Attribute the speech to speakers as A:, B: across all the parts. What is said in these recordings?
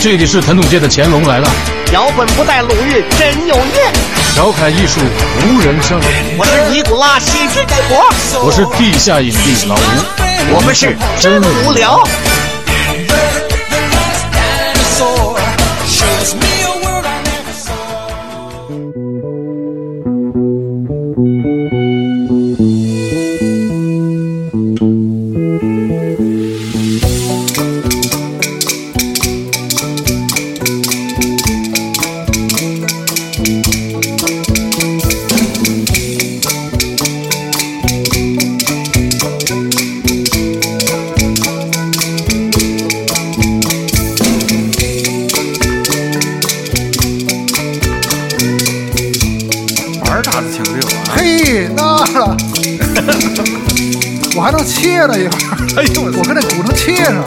A: 这里是腾统界的乾隆来了，
B: 脚本不带鲁豫真有韵。
A: 调侃艺术无人胜。
B: 我是尼古拉喜剧帝国，
A: 我是地下影帝老吴，
B: 我们是真无聊。
C: 玩大字挺溜啊！
D: 嘿，那了， 我还能切了一会儿，
C: 哎呦我
D: 我跟这鼓能切上。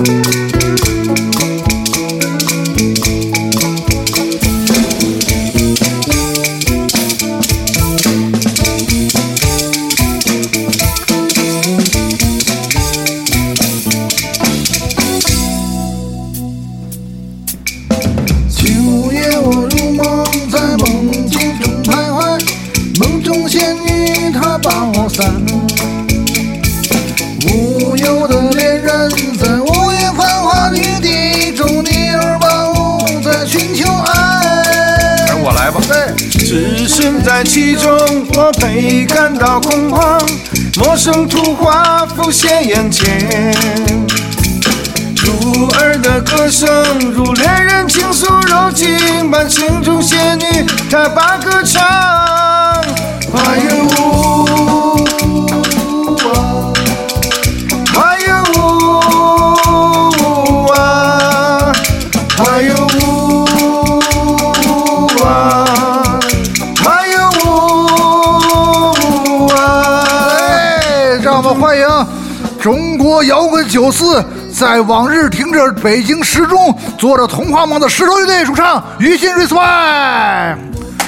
D: 秋夜我入梦，在梦境中徘徊，梦中仙女她把我伞，无忧的恋人在午夜繁华绿地中，你儿把我在寻求爱。
C: 哎我来吧。
D: 哎，
C: 置身在其中，我倍感到恐慌。陌生图画浮现眼前，入耳的歌声如恋人倾诉柔情般，心中仙女她把歌唱。哎呦呜啊！
D: 哎，让我们欢迎中国摇滚九四。在往日停着北京时钟，做着童话梦的石头乐队主唱于心 respect，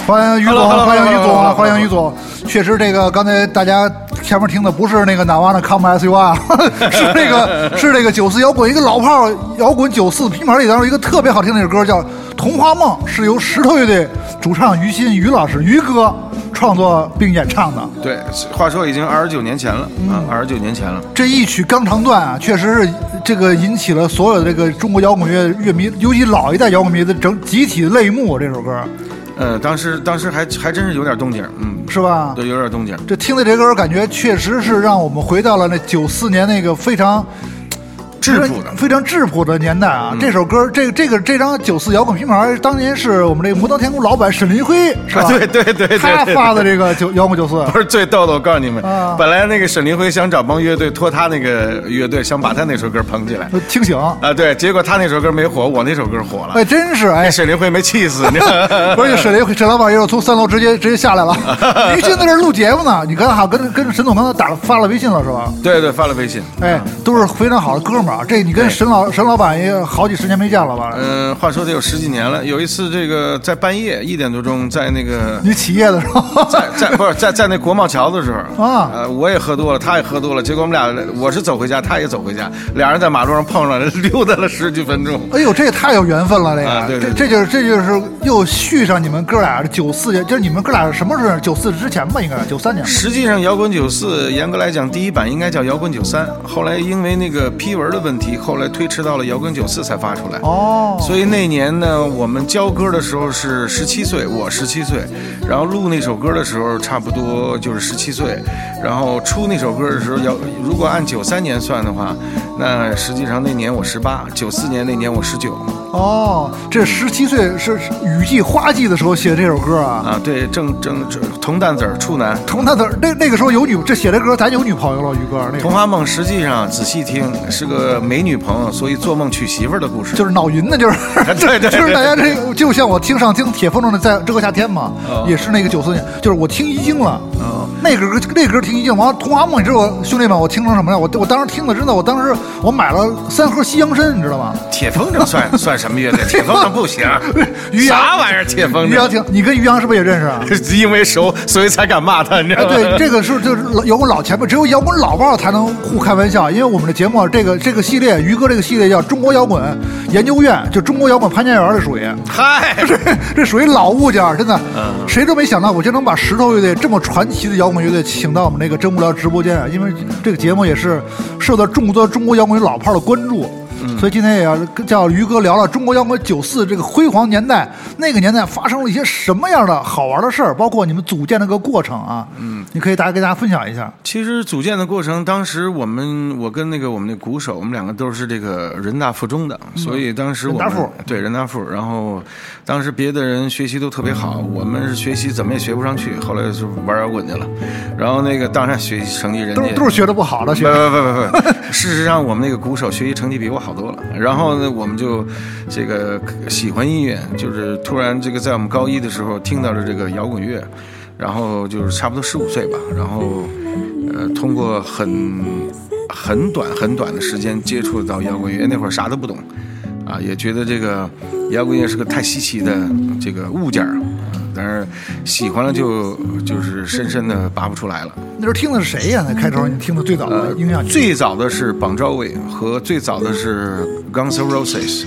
D: 欢迎于总，
C: Hello，hello，
D: 欢迎于总，
C: hello，hello，
D: 欢迎于总。啊确实，这个刚才大家前面听的不是那个哪吒的 Come As You Are，是 这个是这个九四摇滚一个老炮儿摇滚九四拼盘里头一个特别好听的一首歌叫《童话梦》，是由石头乐队主唱于心于老师于哥创作并演唱的。
C: 对，话说已经二十九年前了，啊，二十九年前了。
D: 这一曲《肛肠断》啊，确实是这个引起了所有的这个中国摇滚乐乐迷，尤其老一代摇滚迷的整集体泪目。这首歌
C: 呃，当时当时还还真是有点动静，嗯，
D: 是吧？
C: 对，有点动静。
D: 这听的这歌，感觉确实是让我们回到了那九四年那个非常
C: 质朴 的嗯
D: 非常质朴的年代啊。这首歌，这个这个这张九四摇滚拼盘，当年是我们这个摩登天空老板沈林辉，是吧？
C: 啊对对对对
D: 他发的这个九摇滚 九四。
C: 不是最逗的，我告诉你们，
D: 啊
C: 本来那个沈凌辉想找帮乐队托他那个乐队，想把他那首歌捧起 来
D: 清醒，
C: 啊，对，结果他那首歌没火，我那首歌火了，
D: 哎，真是哎，
C: 沈凌辉没气死，你知道 吗
D: 不是沈雷沈老板又从三楼直接直接 下来了，于心在这儿录节目呢。你刚好跟跟沈总刚才打了发了微信了是吧？
C: 对对，发了微信，
D: 哎，
C: 嗯
D: 都是非常好的哥们儿啊。这你跟沈老沈老板也好几十年没见了吧？
C: 嗯、话说得有十几年了，有一次这个在半夜一点多钟，在那个
D: 你起夜的时候，
C: 在在不是在在那国贸桥的时候
D: 啊
C: 呃，我也喝多了，他也喝多了，结果我们俩我是走回家，他也走回家，俩人在马路上碰上了， 溜达了十几分钟。
D: 哎呦，这也太有缘分了，这
C: 啊对
D: 个
C: 对
D: 这这就是这就是又续上你们哥俩九四年，就是你们哥俩什么时候？九四之前吧，应该九三年。
C: 实际上，摇滚九四严格来讲，第一版应该叫摇滚九三，后来因为那个批文的问题，后来推迟到了摇滚九四才发出来。
D: 哦，
C: 所以那年呢，我们交歌的时候是十七岁，我十七岁，然后录那首歌的时候差不多就是十七岁，然后出那首歌的时候要，如果按九三年算的话，那实际上那年我十八，九四年那年我十九
D: 哦，这十七岁是雨季花季的时候写这首歌啊。
C: 啊，对，正正正铜蛋子儿处男。
D: 从那的那那个时候有女，这写的歌咱有女朋友了，于哥那个时候
C: 童。话梦实际上仔细听是个没女朋友，所以做梦娶媳妇儿的故事。
D: 就是脑云的，就是
C: 对对对
D: 就是大家这个，就像我听上听铁风筝的在这个夏天嘛，
C: 哦
D: 也是那个九四年，就是我听一经了，
C: 嗯，
D: 那歌歌那歌挺激进。完了，《同行梦》，你知道我兄弟们，我听成什么样？我我当时听的真的，我当时我买了三盒西洋参，你知道吗？
C: 铁风筝 算算什么乐队？铁风筝不行，
D: 于洋
C: 啥 玩意儿？铁 风
D: 于洋
C: 筝，
D: 挺，你跟于洋是不是也认 识啊？
C: 因为熟，所以才敢骂他，你知
D: 哎，
C: 道吗？
D: 对，这个是就是老摇滚老前辈，只有摇滚老炮儿才能互开玩笑。因为我们的节目啊，这个这个系列，于哥这个系列叫中国摇滚研究院，就中国摇滚潘家园儿，这属于。
C: 嗨，
D: 这属于老物件儿，真的，
C: 嗯
D: 谁都没想到我竟能把石头乐队这么传奇的摇滚乐队请到我们那个真无聊直播间啊！因为这个节目也是受到众多中国摇滚老炮儿的关注，
C: 嗯
D: 所以今天也要跟叫于哥聊聊中国摇滚九四这个辉煌年代，那个年代发生了一些什么样的好玩的事儿，包括你们组建这个过程啊，嗯，你可以大家给大家分享一下。
C: 其实组建的过程，当时我们我跟那个我们那鼓手，我们两个都是这个人大附中的，所以当时我们
D: 嗯人大附
C: 对人大附，然后当时别的人学习都特别好，
D: 嗯
C: 我们是学习怎么也学不上去，后来就是玩摇滚去了，然后那个当然学习成绩人家
D: 都是都是学的不好的，学
C: 不不不不不， 事实上我们那个鼓手学习成绩比我好多了。然后呢，我们就这个喜欢音乐，就是突然这个在我们高一的时候听到了这个摇滚乐，然后就是差不多十五岁吧，然后呃通过很很短很短的时间接触到摇滚乐，那会儿啥都不懂。啊，也觉得这个摇滚乐是个太稀奇的这个物件儿，啊但是喜欢了就就是深深的拔不出来了。
D: 那时候听的是谁呀、那开头你听的最早
C: 呃
D: 的影响你
C: 最早的是 Bon Jovi 和最早的是 Guns N' Roses，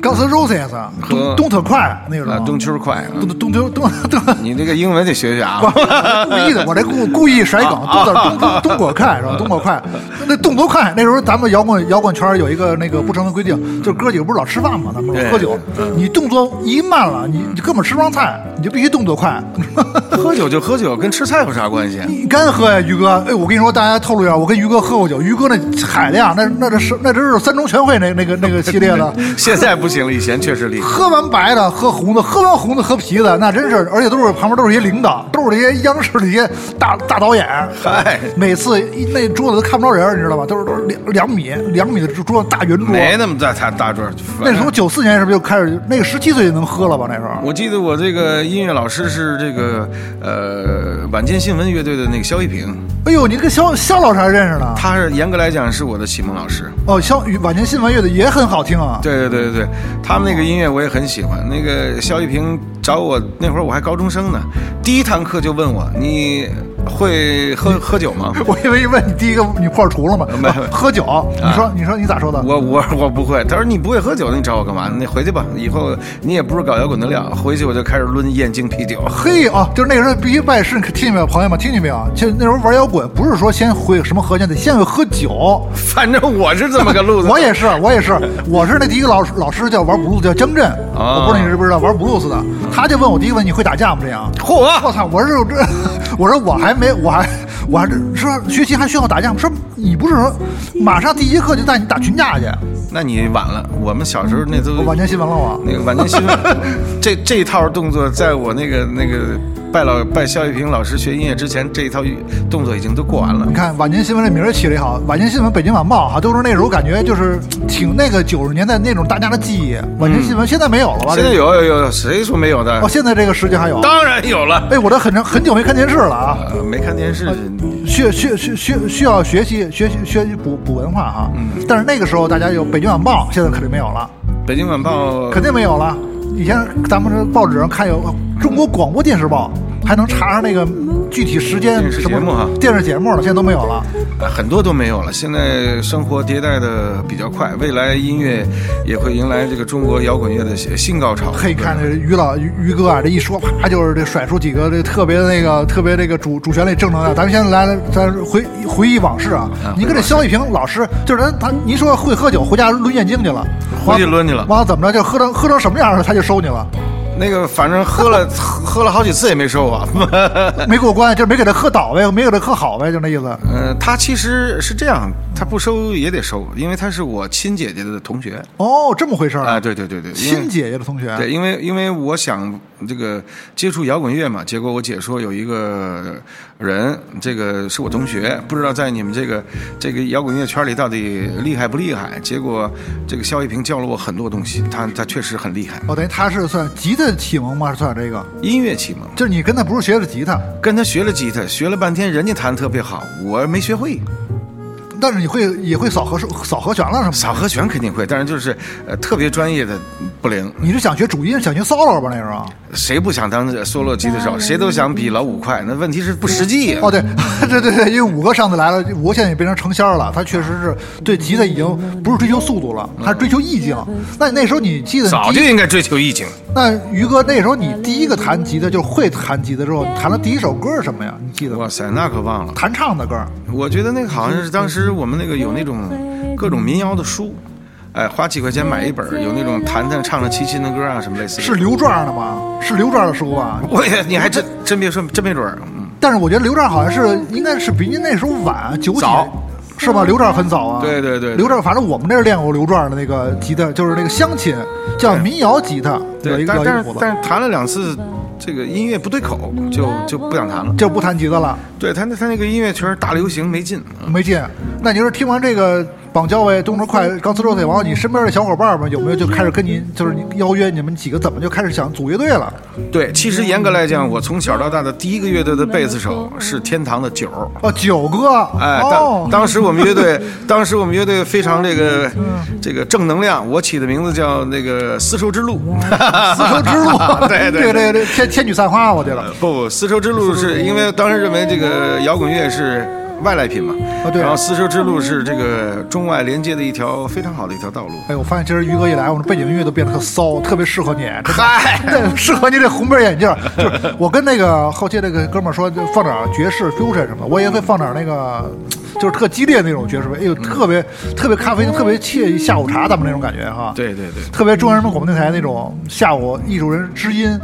D: 钢丝 Roses 啊，
C: 和
D: 东东特快那个
C: 啊，东秋快啊，
D: 东东东东东。
C: 你这个英文得学学啊。
D: 故意的，我这故故意甩梗，动作动动动作快是吧？动作快，那动作快。那时候咱们摇滚摇滚圈有一个那个不成文规定，就是哥几个不是老吃饭嘛，咱们
C: 对
D: 喝酒，你动作一慢了，你你根本吃不上菜，你就必须动作快。
C: 喝酒就喝酒，跟吃菜有啥关系？啊
D: 你干喝呀，于哥！哎，我跟你说，大家透露一下，我跟于哥喝过酒，于哥那海量，那那这是那真是三中全会那那个那个系列的。
C: 现在不行了，以前确实厉害。
D: 喝完白的喝红的，喝完红的喝啤的，那真是，而且都是旁边都是一些领导，都是这些央视的一些大大导演。
C: 嗨
D: 每次一那桌子都看不着人儿，你知道吧？都是都是两两米两米的桌子大圆桌。
C: 没那么大大大桌。
D: 那时候九四年是不是就开始？那个十七岁就能喝了吧？那时候
C: 我记得我这个音乐老师是这个呃晚间新闻乐队的那个肖一平，
D: 哎呦，你跟肖肖老师还认识呢？
C: 他是严格来讲是我的启蒙老师。
D: 哦，肖晚年新闻乐的也很好听啊。
C: 对对对对对，他们那个音乐我也很喜欢。那个肖一平找我那会儿我还高中生呢，第一堂课就问我你会喝喝酒吗？
D: 我以为问你第一个你破除了吗？
C: 没啊
D: 啊喝酒，你说你说你咋说的？
C: 我我我不会。他说你不会喝酒，你找我干嘛？你回去吧，以后你也不是搞摇滚的料。回去我就开始抡燕京啤酒。
D: 嘿啊，就是那个时候必须拜师，你听见没有，朋友们，听见没有？啊就那时候玩摇滚，不是说先会什么和弦，得先会喝酒。
C: 反正我是这么个路 子。
D: 我也是，我也是，我是那第一个老师老师叫玩布鲁斯叫江震，
C: 啊
D: 我不知道你知不知道玩布鲁斯的，他就问我第一个问题你会打架吗？这样，
C: 嚯，
D: 我操，我是 这，我说我还没，我还我还说学习还需要打架吗？说你不是说马上第一课就带你打群架去？
C: 那你晚了。我们小时候那都
D: 我晚间新闻了我。
C: 那个晚间新闻，这 这套动作在我那个那个拜老拜肖一平老师学音乐之前，这一套动作已经都过完了
D: 你。看晚间新闻这名儿起的好，晚间新闻、北京晚报哈，都是那时候感觉就是挺那个九十年代那种大家的记忆。晚间新闻现在没有了吧？
C: 现在
D: 这
C: 有有有有，谁说没有的？
D: 哦，现在这个时间还有。
C: 当然有了。
D: 哎，我都很长很久没看电视了啊，
C: 呃，没看电视，
D: 需需需需需要学习学习学习补补文化哈。
C: 嗯
D: 但是那个时候大家有北京晚报，现在肯定没有了，
C: 北京晚报
D: 肯定没有了。以前咱们这报纸上看有中国广播电视报，还能查上那个具体时间
C: 电视
D: 什么
C: 节目哈
D: 电视节目了，现在都没有了。
C: 呃很多都没有了。现在生活迭代的比较快，未来音乐也会迎来这个中国摇滚乐的新高潮。
D: 嘿，看这于老于于哥啊，这一说啪就是这甩出几个这特别那个特别这个主主旋律正能量。咱们先来，咱回回忆往事啊。您跟这肖一平老师，就是咱他您说会喝酒，回家抡眼睛去了，
C: 回去抡去了
D: 完了怎么着，就喝成喝成什么样了，他就收你了，
C: 那个反正喝了 喝喝了好几次也没收啊我。 哎
D: 没过关，就是没给他喝倒呗，没给他喝好呗，就那意思。
C: 呃，他其实是这样，他不收也得收，因为他是我亲姐姐的同学
D: 哦，这么回事儿
C: 啊，对对对对，因为
D: 亲姐姐的同学，
C: 对，因为因为我想这个接触摇滚乐嘛，结果我姐说有一个人，这个是我同学，不知道在你们这个这个摇滚乐圈里到底厉害不厉害。结果这个肖一平教了我很多东西，他他确实很厉害，
D: 哦，等于他是算吉他启蒙吗？算这个，
C: 音乐启蒙，
D: 就是你跟他不是学的吉他，
C: 跟他学了吉他，学了半天，人家弹得特别好，我没学会。
D: 但是你会也会扫和扫和弦了什么的？
C: 扫和弦肯定会，但是就是呃特别专业的不灵，
D: 你是想学主音，想学 solo 吧？那时候，
C: 谁不想当 solo 吉他手？谁都想比老五快，那问题是不实际啊呀、
D: 哦，对， 对对对，因为五哥上次来了，五哥现在也变成成仙儿了，他确实是对吉他已经不是追求速度了，他追求意境。那那时候你记得
C: 早
D: 你
C: 就
D: 第一，
C: 应该追求意境。
D: 那于哥那时候你第一个弹吉他就是会弹吉他之后，你弹的第一首歌是什么呀？你记得吗？
C: 哇塞，那可忘了。
D: 弹唱的歌，
C: 我觉得那个好像是当时我们那个有那种各种民谣的书，哎，花几块钱买一本，有那种弹弹唱唱齐秦的歌啊什么类似的。
D: 是刘壮的吗？是刘壮的书吧？
C: 我也你还真真别说，真没准儿。嗯，
D: 但是我觉得刘壮好像是应该是比您那时候晚九几
C: 早，
D: 是吧？刘壮很早啊。
C: 对对对对
D: 刘壮，反正我们那儿练过刘壮的那个吉他，就是那个乡亲叫民谣吉他，有
C: 对，
D: 一个
C: 但
D: 有一
C: 但
D: 个
C: 是
D: 谱子，
C: 但是弹了两次，这个音乐不对口，就就不想弹了。
D: 就不弹吉他了，
C: 对他那他那个音乐圈大流行没劲，嗯
D: 没劲。那你说听完这个绑教委动作快钢丝肉腿王，你身边的小伙伴们有没有就开始跟您就是邀约你们几个怎么就开始想组乐队了？
C: 对，其实严格来讲，我从小到大的第一个乐队的贝斯手是天堂的九儿。
D: 哦，九哥，
C: 哎，
D: 哦
C: 当，当时我们乐 队，当时我们乐队非常这个
D: 嗯
C: 这个正能量，我起的名字叫那个丝绸之路，丝
D: 丝绸之路，
C: 对
D: 这
C: 对
D: 个 这个这个天天女散花，我记得。
C: 不不，丝绸之路是因为当时认为这个摇滚乐是外来品嘛，
D: 啊对
C: 然后丝绸之路是这个中外连接的一条非常好的一条道路。
D: 哎，我发现今儿于哥一来，我们背景音乐都变得特骚，特别适合你，真的
C: 嗨
D: 对，适合你这红边眼镜儿。就是我跟那个后期那个哥们儿说，就放点儿爵士 fusion 什么的，我也会放点儿那个，就是特激烈那种爵士乐，哎呦，特别特别咖啡因，特别惬意下午茶，咱们那种感觉哈。。
C: 对对对，
D: 特别中央人民广播电台那种下午艺术人知音，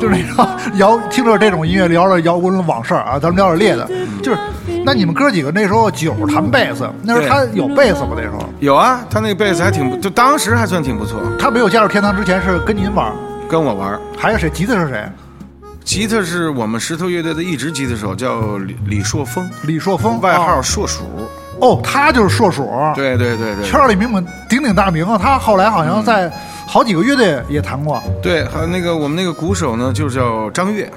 D: 就是那种摇听着这种音乐，聊着摇滚的往事啊，咱们聊点烈的，就是。那你们哥几个那时候九儿弹贝斯，那时候
C: 对
D: 他有贝斯吗？那时候
C: 有啊，他那个贝斯还挺不，就当时还算挺不错，
D: 他没有加入天堂之前是跟您玩儿，
C: 跟我玩儿。
D: 还有谁？吉他是谁？
C: 吉他是我们石头乐队的一支吉他手，叫李李硕峰，
D: 李硕峰，
C: 外号
D: 哦
C: 硕鼠。
D: 哦，他就是硕鼠，，
C: 对对对对，
D: 圈儿里名门鼎鼎大名啊。他后来好像在好几个乐队也弹过。
C: 对，还有那个我们那个鼓手呢，就叫张悦。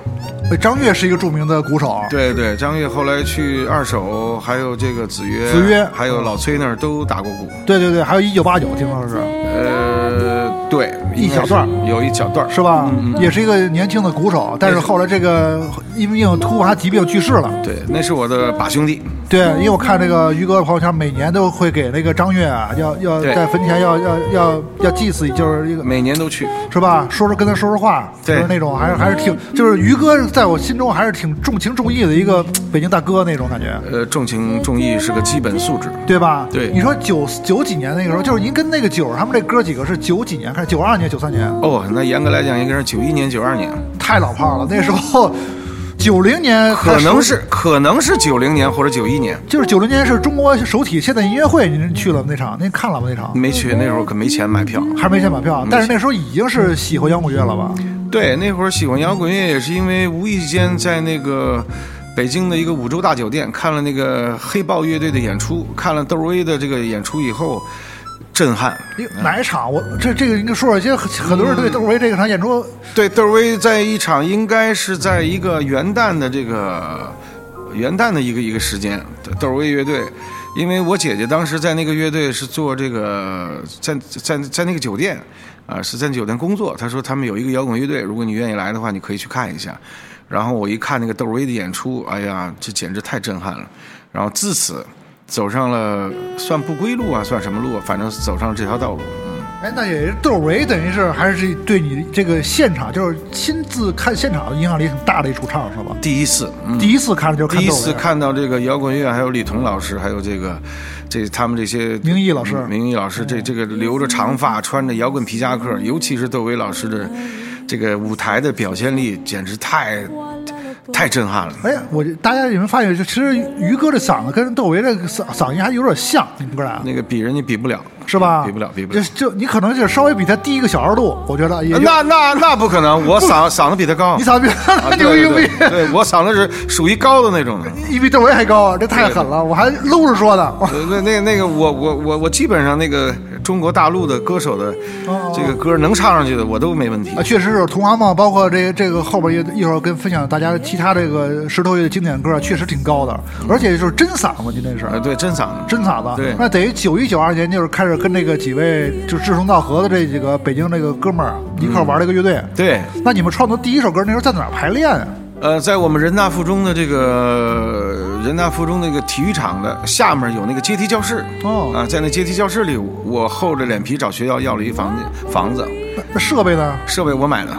D: 呃张悦是一个著名的鼓手，
C: 对对，张悦后来去二手，还有这个子曰，
D: 子曰
C: 还有老崔那儿都打过鼓。
D: 对对对，还有一九八九，听说是
C: 呃，对，
D: 一小段儿
C: 应该是有一小段儿。
D: 是吧？
C: 嗯
D: 也是一个年轻的鼓手，但是后来这个因为突发疾病去世了。
C: 对，那是我的把兄弟。
D: 对，因为我看这个于哥朋友圈，每年都会给那个张悦啊，要要
C: 对
D: 在坟前要要要要祭祀，就是一个
C: 每年都去，
D: 是吧？说说跟他说说话，就
C: 对
D: 是那种还是还是挺，就是于哥在我心中还是挺重情重义的一个北京大哥那种感觉，
C: 呃，重情重义是个基本素质。
D: 对吧？
C: 对
D: 你说九九几年那个时候，就是您跟那个九儿他们这哥几个是九几年开始，九二年、九三年，
C: 哦，那严格来讲应该是九一年、九二年，
D: 太老炮了。那时候九零年
C: 可
D: 在首
C: 能是可能是九零年或者九一年，
D: 就是九零年是中国首体现代音乐会，您去了吗那场？您看了吗？那场？
C: 没去那时候可没钱买票。
D: 还没先买
C: 嗯
D: 票，但是那时候已经是喜欢摇滚乐了吧？
C: 对，那会儿喜欢摇滚乐也是因为无意间在那个北京的一个五洲大酒店看了那个黑豹乐队的演出，看了窦唯的这个演出以后，震撼。
D: 因为哪一场？我这这个应该说说，其实很很多人
C: 嗯
D: 对窦唯这个场演出
C: 对，窦唯在一场应该是在一个元旦的这个元旦的一个一个时间，窦唯乐队。因为我姐姐当时在那个乐队是做这个，在在在那个酒店，啊、是在酒店工作。她说他们有一个摇滚乐队，如果你愿意来的话，你可以去看一下。然后我一看那个窦唯的演出，哎呀，这简直太震撼了。然后自此走上了算不归路啊，算什么路、啊？反正走上了这条道路。嗯，
D: 哎，那也是窦唯，等于是还是对你这个现场，就是亲自看现场，影响力很大的一出唱是吧？
C: 第一次，嗯。
D: 第一次看就是看
C: 第一
D: 窦唯
C: 次看到这个摇滚乐，还有李彤老师，还有这个这他们这些嗯
D: 明义老师嗯
C: 明义老师这这个留着长发，穿着摇滚皮夹克，尤其是窦唯老师的这个舞台的表现力，简直太太震撼了。
D: 哎，我就大家有没有发现，就其实于哥这嗓子跟窦唯这个嗓嗓音还有点像，你们哥俩
C: 那个比人家比不了，
D: 是吧？
C: 比不了，比不了。
D: 就就你可能就稍微比他低一个小二度，我觉得也就
C: 那那那不可能，我嗓嗓子比他高
D: 你。嗓子比
C: 啊
D: 他
C: 对
D: 牛逼不
C: 对
D: 逼？
C: 对对我嗓子是属于高的那种 的。
D: 你比窦唯还高啊，这太狠了！我还搂着说呢，
C: 呃那那那个我我我我基本上那个中国大陆的歌手的
D: 哦
C: 这个歌能唱上去的我都没问题
D: 啊，。确实是同行嘛，包括这这个后边也一会儿跟分享大家其他这个石头乐的经典歌，啊确实挺高的，而且就是真嗓子，您这是
C: 啊，对，真嗓子。
D: 真嗓子。
C: 嗯对
D: 那等于九一九二年就是开始跟这个几位就志同道合的这几个北京这个哥们儿一
C: 嗯
D: 块儿玩这个乐队。
C: 对，
D: 那你们创作第一首歌那时候在哪儿排练啊？
C: 呃，在我们人大附中的这个人大附中那个体育场的下面有那个阶梯教室。
D: 哦
C: 啊，在那阶梯教室里，我厚着脸皮找学校要了一房子，房子
D: 那那设备呢？
C: 设备我买的。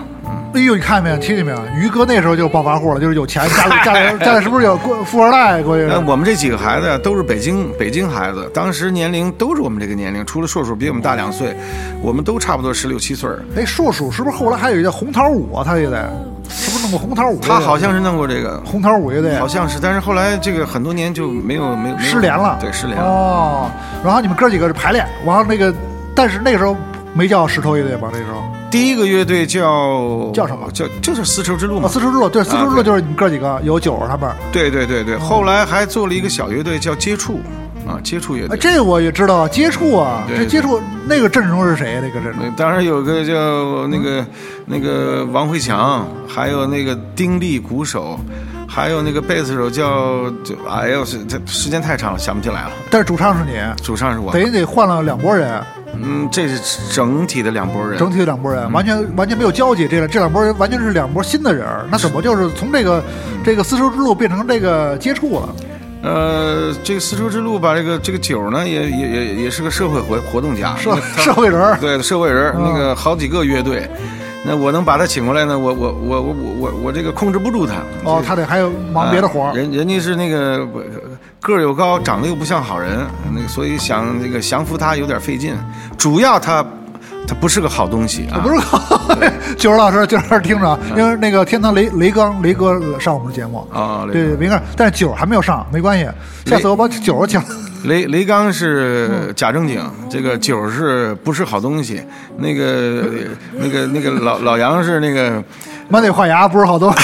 D: 哎呦，你看没有，听见没有？于哥那时候就暴发户了，就是有钱，家里家里家里是不是有过富二代？过去
C: 呃，
D: 是
C: 我们这几个孩子啊都是北京北京孩子，当时年龄都是我们这个年龄，除了硕硕比我们大两岁，我们都差不多十六七岁儿。
D: 哎，硕鼠是不是后来还有一个红桃五啊？他也得，是不是弄过红桃五乐队？
C: 他好像是弄过这个，
D: 红桃五乐队
C: 好像是，但是后来这个很多年就没有没有没有
D: 失联了，
C: 对，失联了。
D: 哦，然后你们哥几个是排练，然后那个，但是那时候没叫石头乐队吧？那时候
C: 第一个乐队叫
D: 叫什么
C: 叫就是丝绸之路
D: 哦，
C: 嘛。
D: 丝绸之路，对，丝绸之路
C: 啊对
D: 就是你们哥几个有九儿他们。
C: 对对对对，后来还做了一个小乐队叫接触啊，接触乐
D: 哎，
C: 队。
D: 这我也知道，接触啊，
C: 对嗯
D: 这接触那个阵容是谁？那个阵容
C: 那当然有个叫那个那个王慧强，还有那个丁力鼓手，还有那个贝斯手叫就哎呦，是这时间太长了，想不起来了。
D: 但是主唱是你，
C: 主唱是我
D: 等，于得换了两拨人，
C: 嗯，这是整体的两拨人。
D: 整体有两拨人，
C: 嗯
D: 完全完全没有交集。这这两拨人完全是两拨新的人儿，那怎么就是从这个
C: 嗯
D: 这个丝绸之路变成这个接触了？
C: 呃，这个丝绸之路吧，这个这个九呢，也也也也是个社会活活动家，
D: 社
C: 那个他
D: 社会人儿
C: 对社会人儿，那
D: 嗯
C: 个好几个乐队，那我能把他请过来呢，我我我我我我我这个控制不住他。
D: 哦，他得还有忙别的活
C: 啊
D: 儿。
C: 人人家是那个不个儿又高，长得又不像好人，那个所以想那个降服他有点费劲，主要他他不是个好东西啊，嗯
D: 不是，九儿老师，九儿老师听着啊，因为那个天堂雷雷哥雷哥上我们的节目
C: 啊雷
D: 对对，没事儿，但是九儿还没有上，没关系，下次我把九儿请来。
C: 雷雷刚
D: 嗯
C: 是假正经，这个九是不是好东西？那个那个那个老老杨是那个
D: 满得画牙不是好多。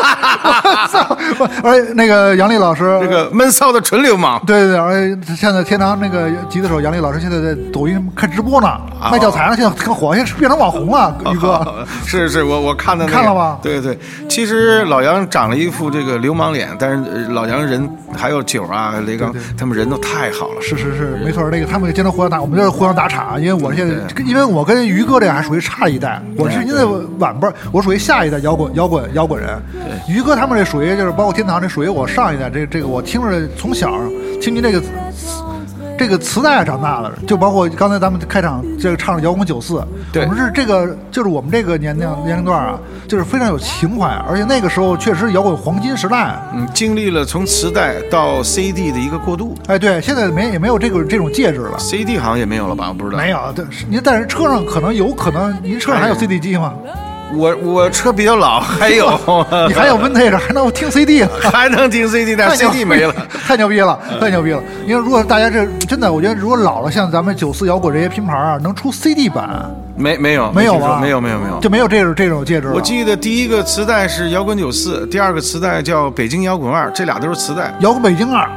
D: 我操！我而且那个杨丽老师，
C: 那个闷骚的纯流氓。
D: 对对对，而且现在天堂那个吉他手杨丽老师现在在抖音开直播呢，
C: 啊
D: 卖教材呢，现在可火，现在变成网红了，宇哥。
C: 哦是是，我我看到、那个、
D: 看了吗
C: 对对，其实老杨长了一副这个流氓脸，但是呃老杨人还有九啊、雷刚他们人都太好了。
D: 是是是，没错，那个他们经常互相打，我们就是互相打岔，啊因为我现在，因为我跟于哥这还属于差一代，我是因为晚辈儿，我属于下一代摇滚摇滚摇滚人。于哥他们这属于就是包括天堂这属于我上一代，这这个我听着从小听您这个这个磁带长大的，就包括刚才咱们开场这个唱的摇滚九四，
C: 对
D: 我们是这个就是我们这个年龄年龄段啊，就是非常有情怀，而且那个时候确实是摇滚黄金时代。啊
C: 嗯，经历了从磁带到 CD 的一个过渡
D: 哎，对，现在没也没有这个这种介质了。
C: ，CD 好像也没有了吧？我不知道。
D: 没有，对，是您但是车上可能有可能，您车上还有
C: 哎
D: CD 机吗？
C: 我我车比较老，还有
D: 你还有 Vintage，还能听 CD 了。
C: 还能听 CD，但
D: 太
C: 是
D: 牛
C: CD 没了。 嗯
D: 太牛逼了，太牛逼了！因为如果大家这真的，我觉得如果老了，像咱们九四摇滚这些拼盘啊，能出 CD 版
C: 没没有
D: 没有
C: 听说
D: 啊？
C: 没有没有没有。
D: 就没有这种这种介质了。
C: 我记得第一个磁带是摇滚九四，第二个磁带叫北京摇滚二，这俩都是磁带，
D: 摇滚北京二，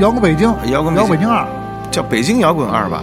D: 摇滚北京，
C: 摇滚北京
D: 摇滚北京二，
C: 叫北京摇滚二吧？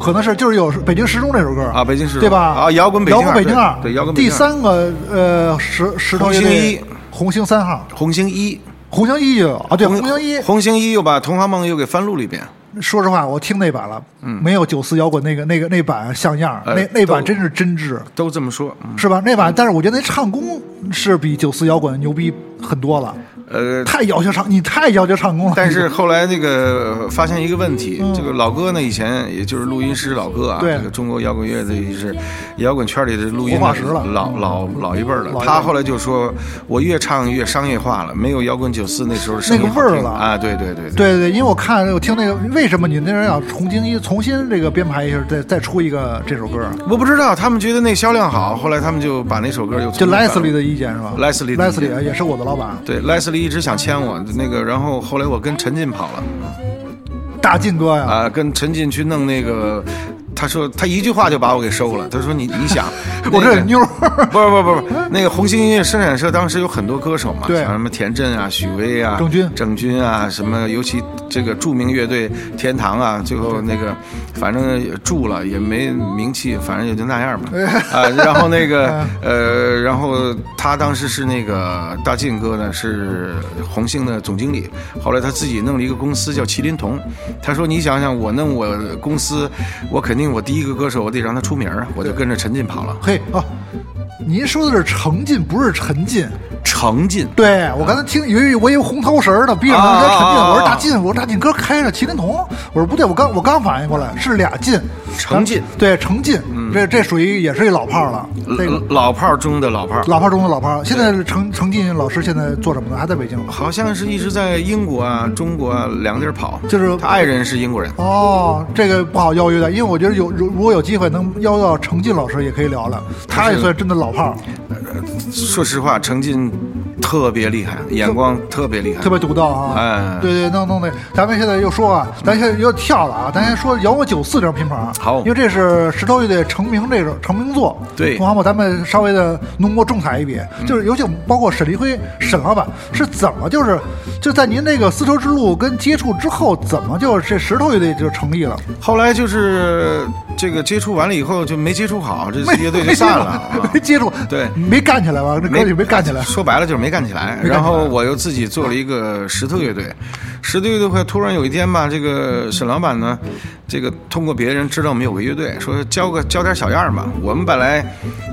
D: 可能是就是有北京时钟这首歌
C: 啊北京时钟
D: 对吧？
C: 啊摇滚北
D: 摇
C: 京
D: 滚北京二，
C: 对对摇滚北
D: 第
C: 京二
D: 三个呃石石头
C: 红
D: 乐
C: 星
D: 队
C: 一
D: 红星三号，
C: 红星一，
D: 红星一就有啊，对，红星一
C: 红星一又把《同行梦》又给翻录了一遍。
D: 说实话，我听那版了，没有九四摇滚那个那个那版像样儿，
C: 嗯哎
D: 那那版
C: 都
D: 真是真挚，
C: 都这么说，嗯
D: 是吧？那版，但是我觉得那唱功是比九四摇滚牛逼很多了。
C: 呃，
D: 太要求唱，你太要求唱功了。
C: 但是后来那个呃发现一个问题，这个老哥呢，以前也就是录音师老哥啊，
D: 嗯对
C: 这个中国摇滚乐的是摇滚圈里的录音
D: 活化石了
C: 老老老一辈儿了。他后来就说，我越唱越商业化了，没有摇滚九四那时候声音
D: 那个味儿
C: 好听
D: 了
C: 啊，对对对。
D: 对对对，因为我看我听那个，为什么你那人要重新一重新这个编排一下，再再出一个这首歌啊？
C: 我不知道，他们觉得那销量好，后来他们就把那首歌又
D: 就
C: 重新
D: 莱
C: 版
D: 斯
C: 了
D: 利的意见是吧？
C: 莱斯利的
D: 莱
C: 意
D: 斯
C: 见
D: 利也是我的老板，
C: 对，莱斯利一直想签我，那个，然后后来我跟陈进跑了
D: 大劲哥呀，，
C: 啊、跟陈进去弄那个，他说他一句话就把我给收了，他说你你想
D: 我
C: 那个
D: 这妞儿，
C: 不是不是不是，那个红星音乐生产社当时有很多歌手嘛，
D: 对
C: 像什么田震啊、许巍啊、
D: 郑钧
C: 郑钧啊，什么尤其这个著名乐队天堂啊，最后那个反正也住了也没名气，反正也就那样吧。啊，然后那 个
D: 嗯
C: 呃，然后他当时是那个大进哥呢是红星的总经理，后来他自己弄了一个公司叫麒麟童，他说你想想我弄我公司，我肯定我第一个歌手我得让他出名啊，我就跟着陈进跑了，
D: 嘿哦，您说的是程进，不是陈进。
C: 程进。
D: 对我刚才听，以为我以为红头绳儿呢，闭上门叫陈进，
C: 啊啊啊啊
D: 我说大进，我说大进哥开着麒麟童，我说不对，我刚我刚反应过来是俩进，
C: 程进
D: 对程进，
C: 嗯
D: 这这属于也是一老炮儿了，这个
C: 老嗯老炮儿中的老炮儿，
D: 老炮儿中的老炮儿。现在程程进老师现在做什么呢？还在北京吗？
C: 好像是一直在英国啊、中国啊两地儿跑。
D: 就是
C: 他爱人是英国人，
D: 哦，这个不好邀约的，因为我觉得有如如果有机会能邀到程进老师，也可以聊聊，他也算真的老炮儿，
C: 说实话，程进特别厉害，眼光特别厉害
D: 特。别独到啊。
C: 哎嗯
D: 对对，弄弄那，咱们现在又说啊，咱现在又跳了啊，咱先说摇滚九四这张拼盘啊。
C: 好
D: 因为这是石头乐队成名这首成名作，
C: 对嗯
D: 同行吧，咱们稍微的浓墨重彩一笔，就是尤其包括沈黎辉沈老板是怎么就是就在您这个丝绸之路跟接触之后，怎么就这石头乐队就成立了？
C: 后来就是这个接触完了以后就没接触好，这乐队就
D: 没接触
C: 散了啊。
D: 没接触，
C: 对
D: 没干起来吧？这歌曲没干 起来。
C: 说白了就是没干起来。
D: 没干起来
C: 然后我又自己做了一个石头乐队，石头乐队会突然有一天吧，这个沈老板呢，这个通过别人知道我们有个乐队，说教个教点小样儿吧。我们本来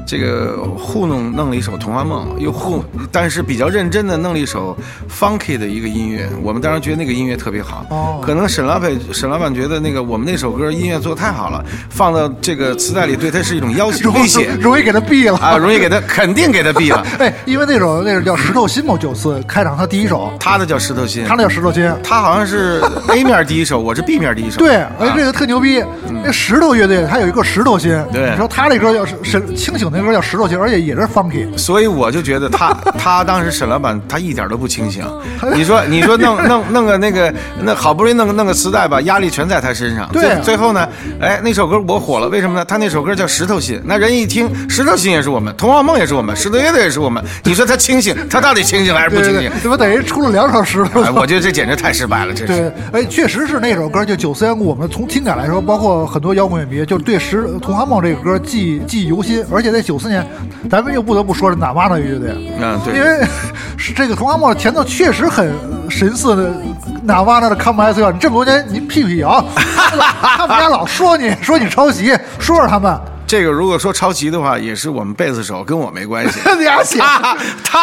C: 这个糊弄弄了一首《童话梦》，又糊，但是比较认真的弄了一首 funky 的一个音乐。我们当时觉得那个音乐特别好，
D: 哦
C: 可能沈老板沈老板觉得那个我们那首歌音乐做得太好了，放到这个磁带里对他是一种要挟
D: 容
C: 威
D: 易
C: 胁。
D: 容易给他毙了
C: 啊，容易给他肯定给他毙了。
D: 哎，因为那首那首叫《石头心》某九四开场，他第一首，
C: 他的叫石头心，
D: 他那叫《石头心》，
C: 他好像 是 A 面第一首，我是 B 面第一首。
D: 对，
C: 嗯啊嗯
D: 哎，这个特牛逼。那石头乐队，他有一个石头心，
C: 对
D: 你说他那歌叫是是清醒，那歌叫石头心，而且也是 funky。
C: 所以我就觉得他他当时沈老板他一点都不清醒。
D: 哦
C: 你说你说弄弄弄个那个那好不容易弄个弄个磁带吧，压力全在他身上。
D: 对啊
C: 最最后呢，哎，那首歌我火了，为什么呢？他那首歌叫《石头心》，那人一听《石头心》也是我们，《童话梦》也是我们，《石头乐队》也是我们。你说他清醒，他到底清醒还是不
D: 对
C: 清
D: 对
C: 醒
D: 对？，怎么等于出了两首石头
C: 哎，？我觉得这简直太失败了，真是。
D: 对，哎，确实是那首歌，就九四年，我们从听感来说，包括很多摇滚乐迷，就对《石童话梦》这个歌记记忆犹新。而且在九四年，咱们又不得不说是哪吒那乐队，啊
C: 嗯对
D: 因为是这个《童话梦》前奏确实很神似的哪吒那的《Come As You Are》，你这么多年你屁屁摇， 他们家老说你说你抄袭，说说他们，
C: 这个如果说抄袭的话，也是我们贝斯手，跟我没 关系。
D: 你俩写。
C: 他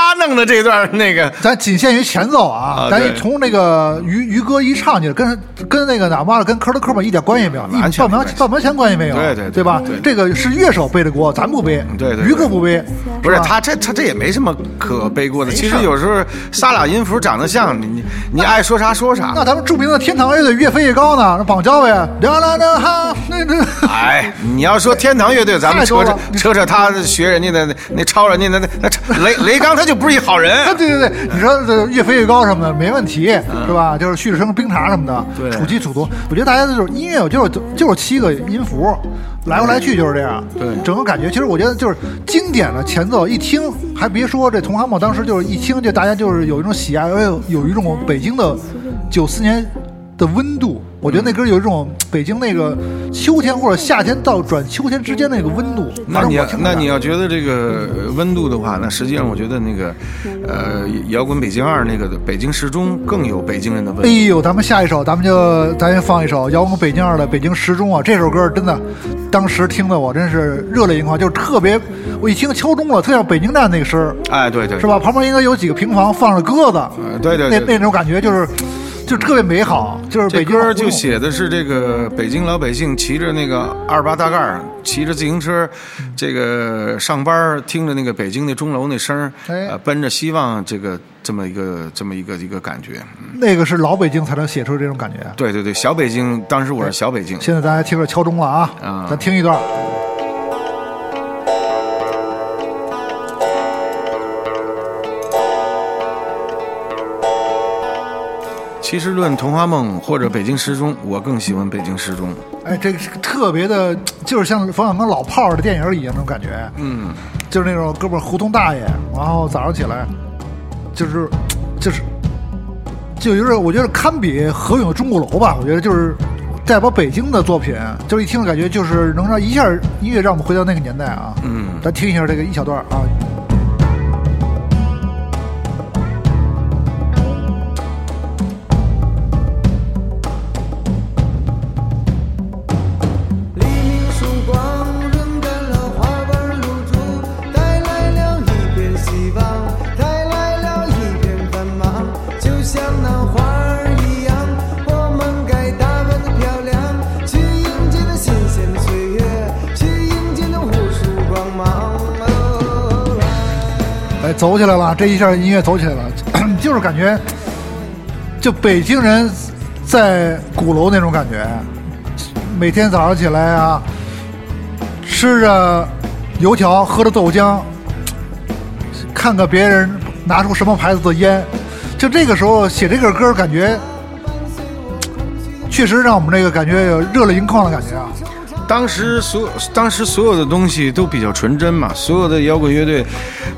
C: 他弄的这段那个
D: 咱仅限于前奏啊，
C: 啊
D: 咱
C: 对
D: 从那个于于哥一唱起来，跟跟那个哪吒跟科的科本一点关系没有，
C: 完全
D: 一半
C: 没
D: 毛
C: 关系
D: 半毛钱关系没有，
C: 对对对
D: 吧
C: 对？
D: 这个是乐手背的锅，咱不背，
C: 对对对
D: 于哥不背，
C: 不是
D: 吧
C: 他这他这也没什么可背锅的。其
D: 事儿
C: 实有时候仨俩音符长得像，你你你爱说啥说啥
D: 那。咱们著名的天堂乐队越飞越高呢，那绑交 呗，啦啦啦哈，那那
C: 哎，你要说天堂乐队，咱们
D: 太多
C: 扯
D: 了
C: 扯扯扯他学人家的那那抄人家的那那雷雷刚他就不是一好 人。
D: 啊，对 对对，你说这越飞越高什么的没问题，是吧？就是旭日升冰茶什么的，
C: 嗯对
D: 楚鸡楚毒，我觉得大家就是音乐，就是就是七个音符，来回来去就是这样。
C: 对
D: 整个感觉其实我觉得就是经典的前奏一听，还别说这同行梦当时就是一听就大家就是有一种喜爱，而有有一种北京的九四年的温度。我觉得
C: 嗯
D: 那歌有一种北京那个秋天或者夏天到转秋天之间那个温度。
C: 那
D: 反正
C: 你
D: 我
C: 要
D: 听着
C: 那
D: 感
C: 你
D: 觉
C: 要觉得这个呃温度的话，那实际上我觉得那个，呃，
D: 嗯
C: 摇滚北京二那个北京时钟更有北京人的温
D: 哎
C: 度。
D: 呦，咱们下一首，咱们就咱先放一首摇滚北京二的《北京时钟》啊，这首歌真的，当时听的我真是热泪盈眶，就是特别，我一听敲钟了，特像北京站那个声儿，
C: 哎，对对，
D: 是？吧？旁边应该有几个平房放着鸽子，
C: 呃对对对
D: 那那种感觉就是，就是特别美好，就是
C: 这
D: 北京
C: 歌儿就
D: 胡同
C: 写的是这个北京老百姓骑着那个二八大盖儿，骑着自行车，这个上班儿听着那个北京那钟楼那声儿，
D: 哎
C: 呃，奔着希望这个这么一个这么一个一个感觉。嗯
D: 那个是老北京才能写出这种感觉。
C: 对对对，小北京，当时我是小北京。
D: 现在大家听着敲钟了啊，
C: 啊
D: 咱听一段。
C: 其实论《童话梦》或者《北京时钟》，我更喜欢《北京时钟》。
D: 哎，这个是特别的，就是像冯小刚老炮儿的电影里一样那种感觉。
C: 嗯，
D: 就是那种哥们儿胡同大爷，然后早上起来，就是就是就有点，我觉得堪比何勇的《钟鼓楼》吧，我觉得就是代表北京的作品，就是一听的感觉就是能让一下音乐让我们回到那个年代啊。
C: 嗯
D: 咱听一下这个一小段儿啊。
E: 黎明曙光润干了花瓣露珠，带来了一片希望，带来了一片繁忙，就像那花儿一样，我们该打扮的漂亮，去迎接那新鲜的岁月，去迎接那无数光芒。哦
D: 哎，走起来了，这一下音乐走起来了， 就是感觉，就北京人在鼓楼那种感觉，每天早上起来啊，吃着油条，喝着豆浆，看看别人拿出什么牌子的烟，就这个时候写这个歌，感觉确实让我们这个感觉有热泪盈眶的感觉啊。
C: 当时所当时所有的东西都比较纯真嘛，所有的摇滚乐队，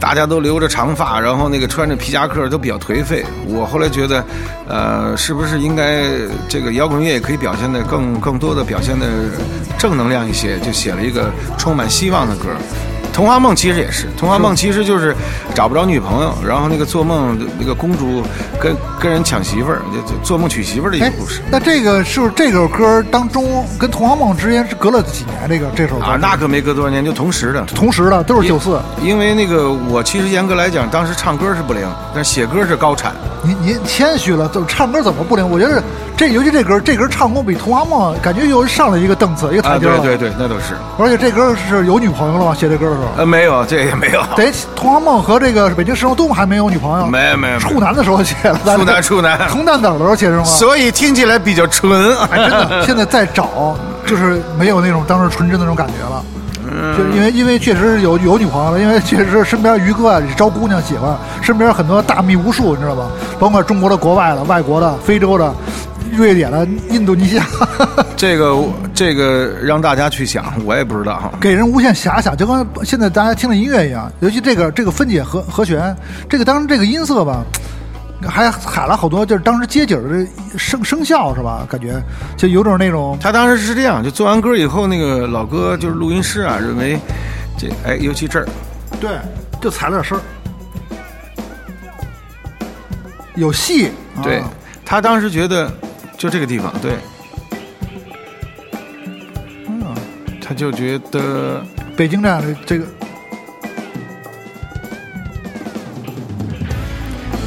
C: 大家都留着长发，然后那个穿着皮夹克都比较颓废。我后来觉得，呃，是不是应该这个摇滚乐也可以表现的更更多的表现的正能量一些？就写了一个充满希望的歌。童话梦其实也是，童话梦其实就是找不着女朋友，然后那个做梦那个公主跟跟人抢媳妇儿，就就做梦娶媳妇儿的一个
D: 哎
C: 故事，。
D: 那这个是不是这首歌当中跟《童话梦》之间是隔了几年？这个这首歌
C: 啊，那可没隔多少年，就同时的。
D: 同时的都是九四。
C: 因为那个我其实严格来讲，当时唱歌是不灵，但是写歌是高产。
D: 您您谦虚了，就唱歌怎么不灵？我觉得这尤其这歌，这歌唱功比《童话梦》感觉又上了一个档次，一个台
C: 啊，
D: 阶了。
C: 对对对，那都是。
D: 而且这歌是有女朋友了吗？写这歌的时候，
C: 呃，没有，这也没 有。
D: 得《童话梦》和这个《北京时钟》都还没有女朋友。
C: 没有没有没 有
D: 处男的时候写了。
C: 处男处男
D: 红蛋子的时候写是吗？
C: 所以听起来比较纯。
D: 哎真的，现在再找就是没有那种当时纯真的那种感觉了。就因为因为确实有有女朋友了，因为确实身边于哥啊也招姑娘喜欢，身边很多大蜜无数，你知道吧？甭管中国的、国外的、外国的、非洲的、瑞典的、印度尼西亚，
C: 这个这个让大家去想，我也不知道哈。
D: 给人无限遐想，就跟现在大家听的音乐一样。尤其这个这个分解和和弦，这个当时这个音色吧，还喊了好多就是当时街景的这声声效是吧？感觉就有种那种
C: 他当时是这样，就做完歌以后，那个老哥就是录音师啊，认为这哎，尤其这儿
D: 对，就踩了点声儿，有戏。啊
C: 对、他当时觉得就这个地方对，嗯，他就觉得
D: 北京站的这个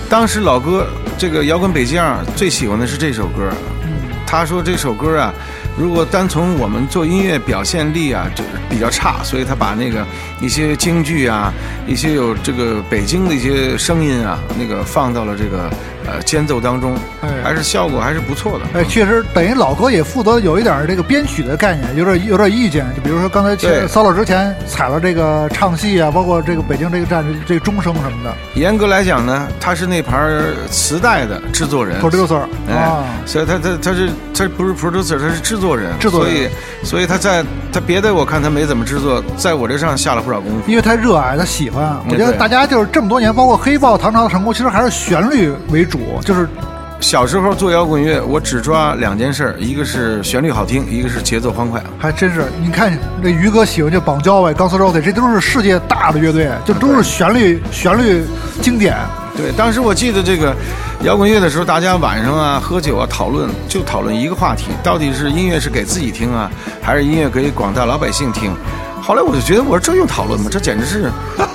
C: 当时老哥这个摇滚北京啊最喜欢的是这首歌，他说这首歌啊，如果单从我们做音乐表现力啊，就是比较差，所以他把那个一些京剧啊，一些有这个北京的一些声音啊，那个放到了这个呃间奏当中
D: 哎，
C: 还是效果还是不错的。
D: 哎，确实等于老哥也负责有一点儿这个编曲的概念，有点有点意见。就比如说刚才前
C: 对
D: 骚老之前踩了这个唱戏啊，包括这个北京这个站的这个钟声什么的
C: 严格来讲呢，他是那盘磁带的制作人。
D: ，producer 啊
C: 嗯哎，，所以他他他是他不是 producer，他是制作人，
D: 制作人
C: 所以所以他在他别的我看他没怎么制作，在我这上下了不少功夫。
D: 因为他热爱，他喜欢。我觉得
C: 对
D: 大家就是这么多年，包括黑豹、唐朝的成功，其实还是旋律为主，就是
C: 小时候做摇滚乐，我只抓两件事儿，一个是旋律好听，一个是节奏欢快。
D: 还真是，你看这于哥喜欢这绑交委、钢丝肉腿，这都是世界大的乐队，就都是旋律旋律经典。
C: 对，当时我记得这个摇滚乐的时候，大家晚上啊喝酒啊讨论，就讨论一个话题，到底是音乐是给自己听啊，还是音乐给广大老百姓听？后来我就觉得，我说这用讨论吗？这简直是，